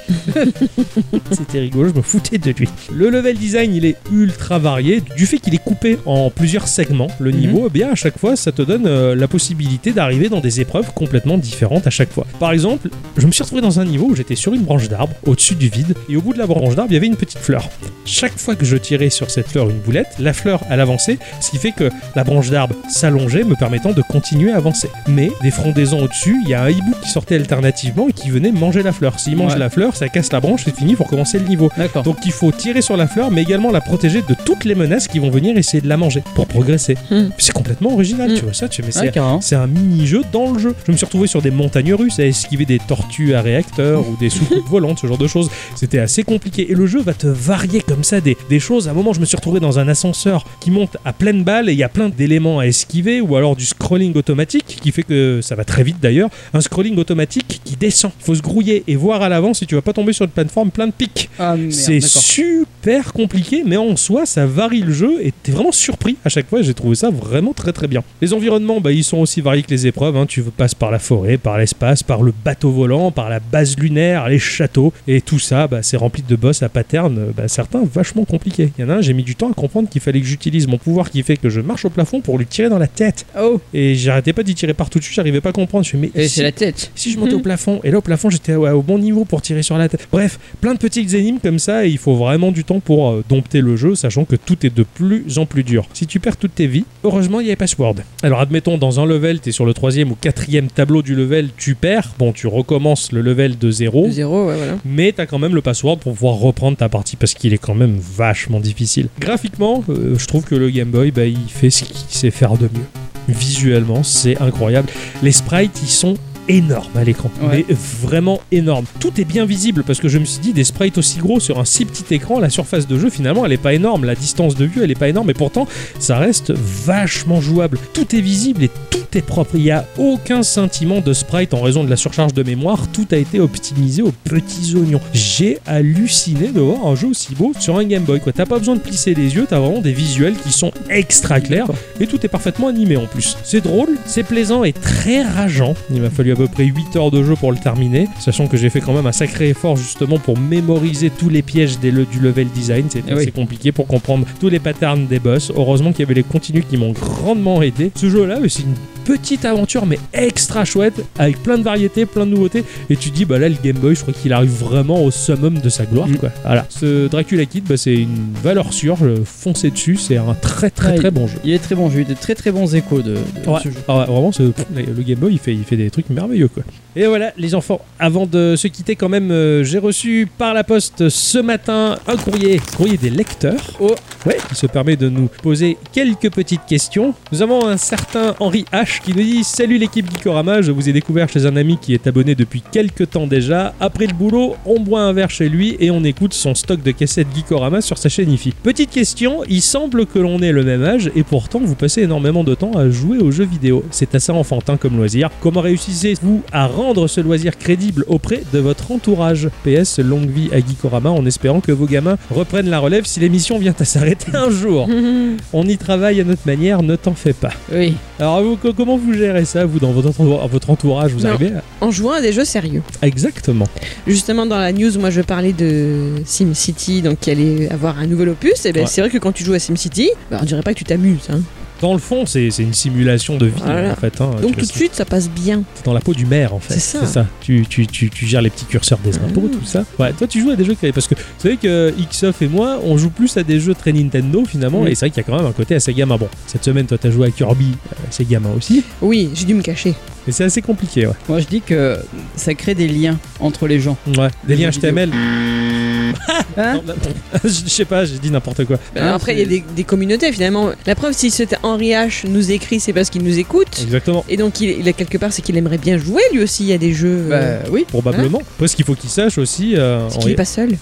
A: C'était rigolo, je me foutais de lui. Le level design, il est ultra varié. Du fait qu'il est coupé en plusieurs segments, le
C: Mhm.
A: niveau, eh bien à chaque fois, ça te donne euh, la possibilité d'arriver dans des épreuves complètement différentes à chaque fois. Par exemple, je me suis retrouvé dans un niveau où j'étais sur une branche d'arbre, au-dessus du vide, et au bout de la branche d'arbre, il y avait une petite fleur. Chaque fois que je tirais sur cette fleur une boulette, la fleur, elle avançait, ce qui fait que la branche d'arbre s'allongeait, me permettant de continuer à avancer. Mais des frondaisons au-dessus, il y a un hibou qui sortait alternativement et qui venait manger la fleur. S'il mange
C: Ouais.
A: la fleur, ça casse la branche, c'est fini pour commencer le niveau.
C: D'accord.
A: Donc il faut tirer sur la fleur, mais également la protéger de toutes les menaces qui vont venir essayer de la manger pour progresser.
B: Hmm.
A: C'est complètement original,
B: Hmm.
A: tu vois ça, tu mais
C: Ah,
A: c'est
C: carrément.
A: c'est un mini-jeu dans le jeu. Je me suis retrouvé sur des montagnes russes à esquiver des tortues à réacteurs ou des soucoupes volantes, ce genre de choses. C'était assez compliqué. Et le jeu va te varier comme ça des, des choses. À un moment, je me suis retrouvé dans un ascenseur qui monte à pleine balle et il y a plein d'éléments à esquiver ou alors du scrolling automatique qui fait que ça va très vite d'ailleurs. Un scrolling automatique qui descend. Faut se grouiller et voir à l'avant si tu vas pas tomber sur une plateforme plein de pics.
C: Ah, merde,
A: C'est
C: d'accord.
A: super compliqué, mais en soi, ça varie le jeu et t'es vraiment surpris à chaque fois. J'ai trouvé ça vraiment très très bien. Les environnements, bah, ils sont aussi variés que les épreuves. hein. Tu passes par la forêt, par l'espace, par le bateau volant, par la base lunaire, les châteaux, et tout ça, bah, c'est rempli de boss à pattern, euh, bah, certains vachement compliqués. Il y en a un, j'ai mis du temps à comprendre qu'il fallait que j'utilise mon pouvoir qui fait que je marche au plafond pour lui tirer dans la tête.
C: Oh,
A: Et j'arrêtais pas d'y tirer partout dessus, j'arrivais pas à comprendre. Je fais, mais
C: et
A: si-
C: c'est la tête.
A: si je montais au plafond, et là au plafond j'étais ouais, au bon niveau pour tirer sur la tête. Bref, plein de petites énigmes comme ça, et il faut vraiment du temps pour euh, dompter le jeu, sachant que tout est de plus en plus dur. Si tu perds toutes tes vies, heureusement il y a les passwords. Alors admettons, dans un level, t'es sur le troisième ou quatrième tableau du level, tu perds, bon tu recommences le level de zéro,
B: Zéro, ouais, (laughs) voilà.
A: mais t'as quand même le password pour pouvoir reprendre ta partie parce qu'il est quand même vachement difficile. Graphiquement, euh, je trouve que le Game Boy, bah, il fait ce qu'il sait faire de mieux. Visuellement, c'est incroyable. Les sprites, ils sont énormes à l'écran,
C: Ouais.
A: mais vraiment énormes. Tout est bien visible parce que je me suis dit des sprites aussi gros sur un si petit écran, la surface de jeu finalement elle est pas énorme, la distance de vue elle est pas énorme et pourtant ça reste vachement jouable. Tout est visible et tout est propre. Il n'y a aucun sentiment de sprite en raison de la surcharge de mémoire. Tout a été optimisé aux petits oignons. J'ai halluciné de voir un jeu aussi beau sur un Game Boy. quoi. T'as pas besoin de plisser les yeux, t'as vraiment des visuels qui sont extra clairs et tout est parfaitement animé en plus. C'est drôle, c'est plaisant et très rageant. Il m'a fallu peu près 8 heures de jeu pour le terminer, sachant que j'ai fait quand même un sacré effort justement pour mémoriser tous les pièges des le- du level design. C'est
C: Eh
A: assez
C: oui.
A: compliqué pour comprendre tous les patterns des boss. Heureusement qu'il y avait les continues qui m'ont grandement aidé. Ce jeu-là, euh, c'est une petite aventure mais extra chouette, avec plein de variétés, plein de nouveautés. Et tu te dis, bah là, le Game Boy, je crois qu'il arrive vraiment au summum de sa gloire.
C: Mm.
A: Quoi. Voilà. Ce Dracula Kid, bah, c'est une valeur sûre. Je- Foncez dessus, c'est un très très
C: Ouais,
A: très bon jeu.
C: Ah, Il est très bon, j'ai eu de très très bons échos de, de
A: Ouais.
C: ce jeu.
A: Ah ouais, vraiment, ce- pff, le Game Boy, il fait, il fait des trucs merveilleux, quoi. Et voilà, les enfants, avant de se quitter, quand même, euh, j'ai reçu par la poste ce matin un courrier, courrier des lecteurs.
C: Oh.
A: Ouais, qui se permet de nous poser quelques petites questions. Nous avons un certain Henri H qui nous dit Salut l'équipe Gikorama, je vous ai découvert chez un ami qui est abonné depuis quelques temps déjà. Après le boulot, on boit un verre chez lui et on écoute son stock de cassettes Gikorama sur sa chaîne IFI. Petite question, il semble que l'on ait le même âge et pourtant vous passez énormément de temps à jouer aux jeux vidéo. C'est assez enfantin comme loisir. Comment réussissez-vous à rendre ce loisir crédible auprès de votre entourage PS, longue vie à Gikorama en espérant que vos gamins reprennent la relève si l'émission vient à s'arrêter un jour. On y travaille à notre manière, ne t'en fais pas.
C: Oui.
A: Alors vous, co- comment vous gérez ça, vous, dans votre entour- votre entourage Vous
B: Non.
A: arrivez à-
B: En jouant à des jeux sérieux.
A: Exactement.
B: Justement, dans la news, moi je parlais de SimCity, donc qui allait avoir un nouvel opus. Et ben
A: Ouais.
B: c'est vrai que quand tu joues à SimCity, bah, on dirait pas que tu t'amuses. hein.
A: Dans le fond, c'est c'est une simulation de vie,
B: Voilà.
A: en fait. hein. Tu
B: Donc tout de
A: restes-
B: suite, ça passe bien.
A: t'es dans la peau du maire, en fait.
B: C'est ça.
A: Tu, tu, tu, tu gères les petits curseurs des impôts, tout ça. Ouais, toi, tu joues à des jeux créés. Parce que vous savez que Xof et moi, on joue plus à des jeux très Nintendo, finalement.
C: Oui.
A: Et c'est vrai qu'il y a quand même un côté assez gamin. Bon, cette semaine, toi, t'as joué à Kirby, euh, assez gamin aussi.
B: Oui, j'ai dû me cacher.
A: Mais c'est assez compliqué, ouais.
C: Moi je dis que ça crée des liens entre les gens.
A: Ouais, des
C: Les
A: liens
C: jeux vidéo.
A: HTML.
C: Hein
A: Non, (laughs) là- je je sais pas, j'ai dit n'importe quoi.
B: Ben,
C: Hein,
B: après, il
C: c'est-
B: y a des, des communautés finalement. La preuve, si cet Henri H nous écrit, c'est parce qu'il nous écoute.
A: Exactement.
B: Et donc, il, il a quelque part, c'est qu'il aimerait bien jouer lui aussi à des jeux. euh,
C: Bah oui.
A: Probablement. Parce qu'il faut qu'il sache aussi. euh,
B: parce
A: en-
B: qu'il est pas seul.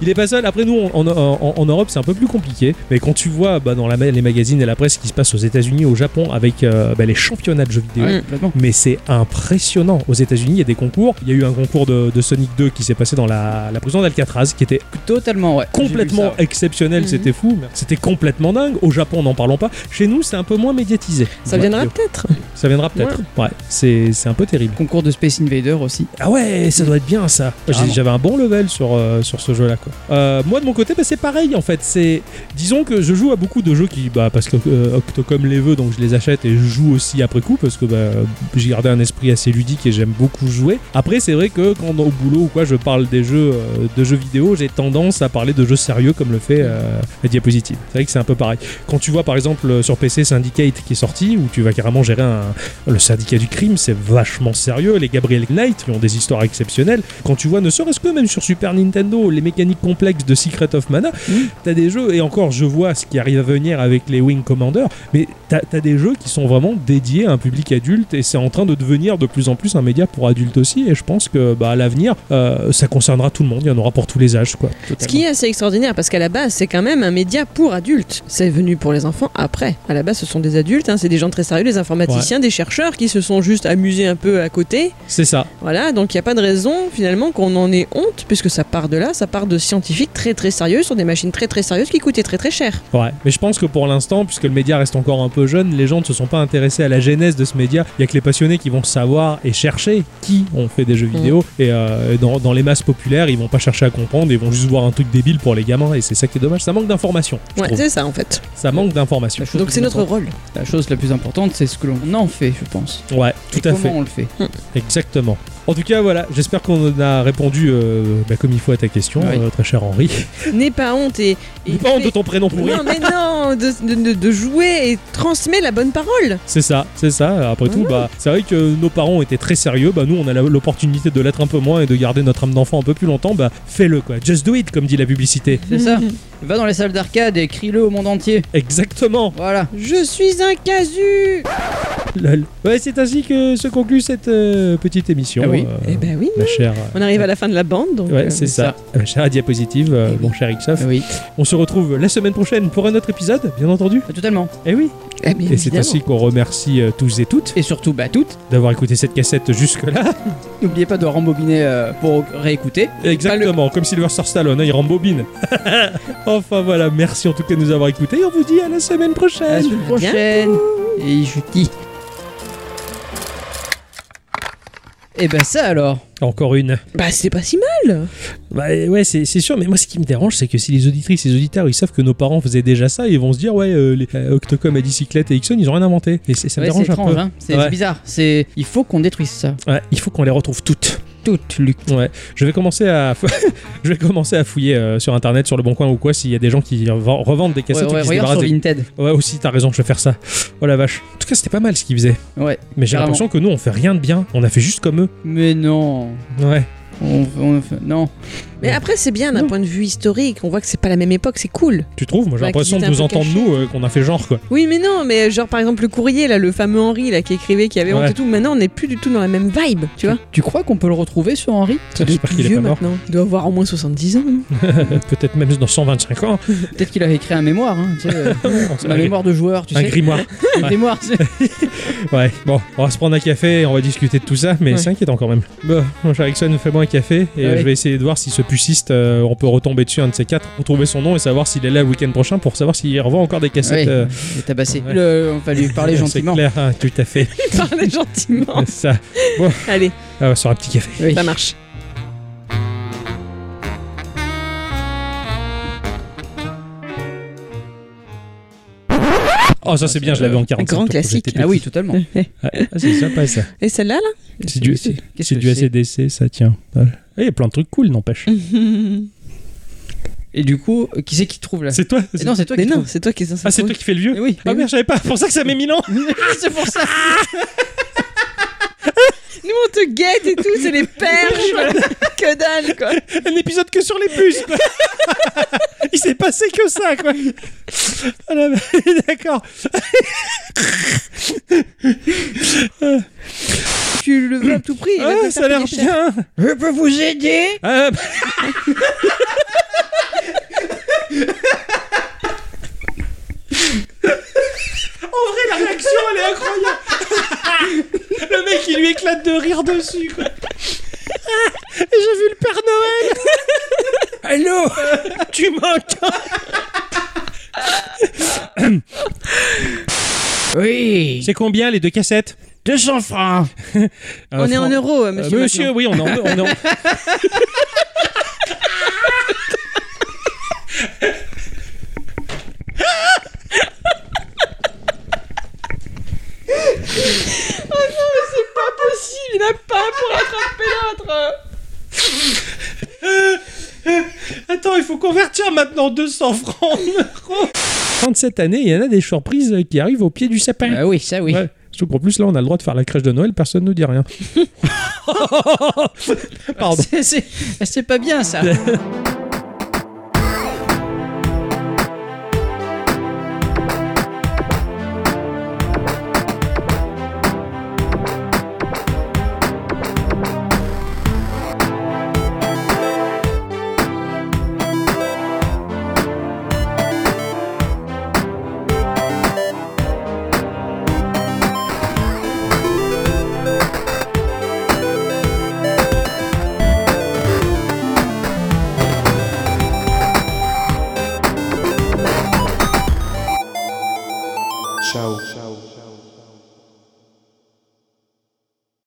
A: Il est pas seul. Après, nous, on- en, en- en Europe, c'est un peu plus compliqué. Mais quand tu vois bah, dans la ma- les magazines et la presse ce qui se passe aux États-Unis, au Japon, avec euh, bah, les championnats de jeux vidéo.
C: Ouais,
B: Mm.
C: complètement.
A: Mais c'est impressionnant. Aux États-Unis, il y a des concours. Il y a eu un concours de, de Sonic 2 qui s'est passé dans la, la prison d'Alcatraz, qui était
C: Totalement, ouais. J'ai
A: complètement
C: vu ça, ouais.
A: exceptionnel.
B: Mhm.
A: C'était fou. C'était complètement dingue. Au Japon, n'en parlons pas. Chez nous, c'est un peu moins médiatisé.
B: Ça
A: Ouais,
B: viendra
A: vidéo.
B: peut-être.
A: Ça viendra peut-être. Ouais, c'est c'est un peu terrible.
C: Concours de Space Invader aussi.
A: Ah ouais, ça doit être bien ça. J'ai-
C: Carrément.
A: J'avais un bon level sur, euh, sur ce jeu-là. quoi. Euh, moi de mon côté, bah, c'est pareil en fait. C'est disons que je joue à beaucoup de jeux qui, bah, parce que euh, Octocom les veut, donc je les achète et je joue aussi après coup parce que bah, j'ai gardé un esprit assez ludique et j'aime beaucoup jouer. Après, c'est vrai que quand au boulot ou quoi, je parle des jeux euh, de jeux vidéo, j'ai tendance à parler de jeux sérieux comme le fait euh, la diapositive. C'est vrai que c'est un peu pareil. Quand tu vois par exemple euh, sur PC Syndicate qui est sorti, où tu vas carrément gérer un, le syndicat du crime, c'est vachement sérieux. Les Gabriel Knight qui ont des histoires exceptionnelles. Quand tu vois, ne serait-ce que même sur Super Nintendo, les mécaniques complexes de Secret of Mana, t'as des jeux, et encore je vois ce qui arrive à venir avec les Wing Commander, mais t'as as des jeux qui sont vraiment dédiés à un public adulte et c'est en train de devenir de plus en plus un média pour adultes aussi. Et je pense que bah, à l'avenir, euh, ça concernera tout le monde, il y en aura pour tous les âges. quoi.
B: Ce qui est assez extraordinaire parce qu'à la base, c'est quand même un média pour adultes. C'est venu pour les enfants après. À la base, ce sont des adultes, hein, c'est des gens très sérieux, des informaticiens, des chercheurs qui se sont juste amusés un peu à côté.
A: C'est ça.
B: Voilà, donc il n'y a pas de raison finalement qu'on en ait honte puisque ça part de là, ça part de scientifiques très très sérieux sur des machines très très sérieuses qui coûtaient très très cher.
A: Ouais, mais je pense que pour l'instant, puisque le média reste encore un peu jeune, les gens ne se sont pas intéressés à la genèse de ce média. Il y a que les passionnés qui vont savoir et chercher qui ont fait des jeux vidéo. Et euh, dans, dans les masses populaires, ils vont pas chercher à comprendre, ils vont juste voir un truc débile pour les gamins. Et c'est ça qui est dommage. Ça manque d'informations. je
B: Ouais,
A: trouve.
B: c'est ça en fait.
A: Ça manque d'informations.
C: La chose
B: Donc
C: la
B: c'est
C: plus
B: notre
C: importante-
B: rôle.
C: La chose la plus importante, c'est ce que l'on en fait, je pense.
A: Ouais,
C: Et
A: tout à fait.
C: Comment on le fait.
A: Exactement. En tout cas, voilà. J'espère qu'on a répondu euh, bah, comme il faut à ta question,
C: Oui.
A: euh, très cher Henri.
B: N'aie pas honte et. et-
A: N'oublie (laughs) pas honte de
B: et-
A: ton prénom pourri.
B: Non mais non, de, de- de- de jouer et transmet la bonne parole.
A: C'est ça, c'est ça. Après tout, bah, c'est vrai que nos parents étaient très sérieux. Bah, nous, on a la- l'opportunité de l'être un peu moins et de garder notre âme d'enfant un peu plus longtemps. Bah, fais-le, quoi. Just do it, comme dit la publicité.
C: C'est (laughs) ça. Va dans les salles d'arcade et crie-le au monde entier.
A: Exactement.
C: Voilà.
B: Je suis un casu.
A: Euh. Lol. Ouais, c'est ainsi que se conclut cette euh, petite émission.
C: Ah oui.
A: euh,
B: Eh ben oui.
A: ma chère.
B: On arrive à la fin de la bande donc.
A: Ouais,
B: euh,
A: c'est ça.
C: ça.
A: Ma chère diapositive, euh, mon cher Ixof.
C: Ah Oui,
A: On se retrouve la semaine prochaine pour un autre épisode, bien entendu.
C: Bah, totalement.
A: Eh oui.
B: eh bien,
A: Et c'est
B: évidemment.
A: ainsi qu'on remercie euh, tous et toutes
C: Et surtout, bah toutes.
A: d'avoir écouté cette cassette jusque-là.
C: N'oubliez pas de rembobiner euh, pour réécouter.
A: Exactement, comme Sylvester Stallone, hein, il (laughs) rembobine. enfin voilà, merci en tout cas de nous avoir écoutés et on vous dit à la semaine
C: À la
A: prochaine.
C: semaine prochaine. Et je dis. Et ben ça alors
A: Encore une.
B: Bah, c'est pas si mal.
A: Bah euh, ouais, c'est c'est sûr, mais moi ce qui me dérange, c'est que si les auditrices et les auditeurs, ils savent que nos parents faisaient déjà ça, ils vont se dire, ouais, euh, les, euh, Octocom, Adicyclette et Ixon, ils ont rien inventé. Et c'est- ça me
C: Ouais, c'est
A: dérange un
C: étrange,
A: peu.
C: hein. c'est
A: Ouais.
C: c'est bizarre. C'est il faut qu'on détruise ça.
A: Ouais, il faut qu'on les retrouve toutes.
C: Toute Luc.
A: Ouais, je vais commencer à, fou- (laughs) je vais commencer à fouiller euh, sur internet, sur le bon coin ou quoi, s'il y a des gens qui reven- revendent des
C: Ouais,
A: cassettes
C: ouais,
A: ou qui se
C: regarde
A: débarrassent.
C: sur
A: des-
C: Vinted.
A: Ouais, aussi, t'as raison, je vais faire ça. Oh la vache. En tout cas, c'était pas mal ce qu'ils faisaient.
C: Ouais.
A: Mais j'ai
C: Carrément.
A: l'impression que nous, on fait rien de bien. On a fait juste comme eux.
C: Mais non.
A: Ouais.
C: On, on- non.
B: Mais
A: Ouais.
B: après, c'est bien d'un
C: Non.
B: point de vue historique. On voit que c'est pas la même époque, c'est cool.
A: Tu trouves Moi, j'ai
B: Bah,
A: l'impression
B: qu'ils
A: de
B: étaient
A: nous
B: un peu
A: entendre, nous, euh, qu'on a fait genre, quoi.
B: Oui, mais non, mais euh, genre par exemple le courrier, là, le fameux Henri là, qui écrivait, qui avait honte
A: Ouais.
B: et tout. Maintenant, on n'est plus du tout dans la même vibe, tu vois.
C: Tu crois qu'on peut le retrouver sur Henri
B: Il est
A: J'espère
B: plus
A: qu'il est
B: vieux
A: pas mort. Euh,
B: maintenant. Il doit avoir au moins 70
A: (laughs)
B: ans. non
A: Peut-être même dans 125
C: (laughs)
A: ans.
C: Peut-être qu'il avait écrit un mémoire. Hein, tu
A: (laughs)
C: sais, euh,
A: On sait
C: la
A: pas.
C: mémoire de joueur, tu
A: un
C: sais. (laughs)
A: grimoire.
C: Une
A: (laughs)
C: mémoire. tu sais.
A: Ouais, bon, on va se prendre un café et on va discuter de tout ça, mais
C: Ouais.
A: c'est inquiétant quand même. Bon, mon cher Ixon, fais-moi un café et
C: Ah
A: euh,
C: oui.
A: je vais essayer de voir si ce puciste, euh, on peut retomber dessus, un de ces quatre, retrouver son nom et savoir s'il est là le week-end prochain pour savoir s'il revend encore des cassettes.
C: Ouais,
A: euh,
C: il est tabassé.
A: ouais.
C: Le- on va lui parler
A: (laughs) c'est
C: gentiment.
A: clair, hein, tout à
C: (laughs)
A: fait.
B: Il parlait
A: (laughs)
B: gentiment.
A: ça,
B: Allez,
A: on va sur un petit café.
C: Oui.
B: ça marche.
A: Oh, ça c'est bien, je l'avais en 45.
B: grand
A: quand
B: classique.
A: j'étais
C: Ah oui, totalement.
A: petit. Ouais, ah, c'est sympa ça.
B: Et celle-là, là
A: C'est du, c'est,
C: Qu'est-ce
A: c'est
C: que
A: du
C: c'est Hum.
A: ACDC, ça tient. Ouais. Il y a plein de trucs cool, n'empêche. (laughs)
C: Et du coup, euh, qui c'est qui trouve là
A: C'est toi
C: Eh Non, c'est toi
B: Mais
C: qui
B: non,
C: trouve.
B: c'est toi qui es censé
A: Ah, c'est toi
B: trouver.
A: qui fais le vieux
C: Eh oui.
A: Ah
C: mais
A: merde, j'avais pas, pour ça que ça met mille ans
C: oui. (laughs) c'est pour ça.
B: Nous, on te guette et tout, c'est les perches. (laughs) voilà. que dalle, quoi.
A: un épisode que sur les
C: (laughs)
A: puces. quoi. Il s'est passé que ça, quoi. Ah là, mais- (laughs) D'accord.
B: Tu le veux à tout prix. il va
A: Ah,
B: te faire
A: ça a l'air
B: payer cher.
A: bien.
D: Je peux vous aider
A: Ah, bah, En vrai, la réaction, elle est incroyable. le mec, il lui éclate de rire dessus, quoi. J'ai vu le Père Noël. Allô Tu manques
C: Oui.
A: C'est combien les deux cassettes
C: 200 francs.
B: On est en euros, euh,
A: Euh,
B: monsieur.
A: Monsieur, oui, on est en. on est en-
B: Il n'a pas pour attraper l'autre.
A: (laughs) Attends, il faut convertir maintenant 200 francs en euros. Fin de cette année, il y en a des surprises qui arrivent au pied du sapin.
C: Ah oui, ça oui.
A: Ouais. Surtout qu'en plus, là, on a le droit de faire la crèche de Noël, personne nous dit rien. Pardon.
C: (laughs) C'est- c'est- C'est pas bien ça.
F: Ciao.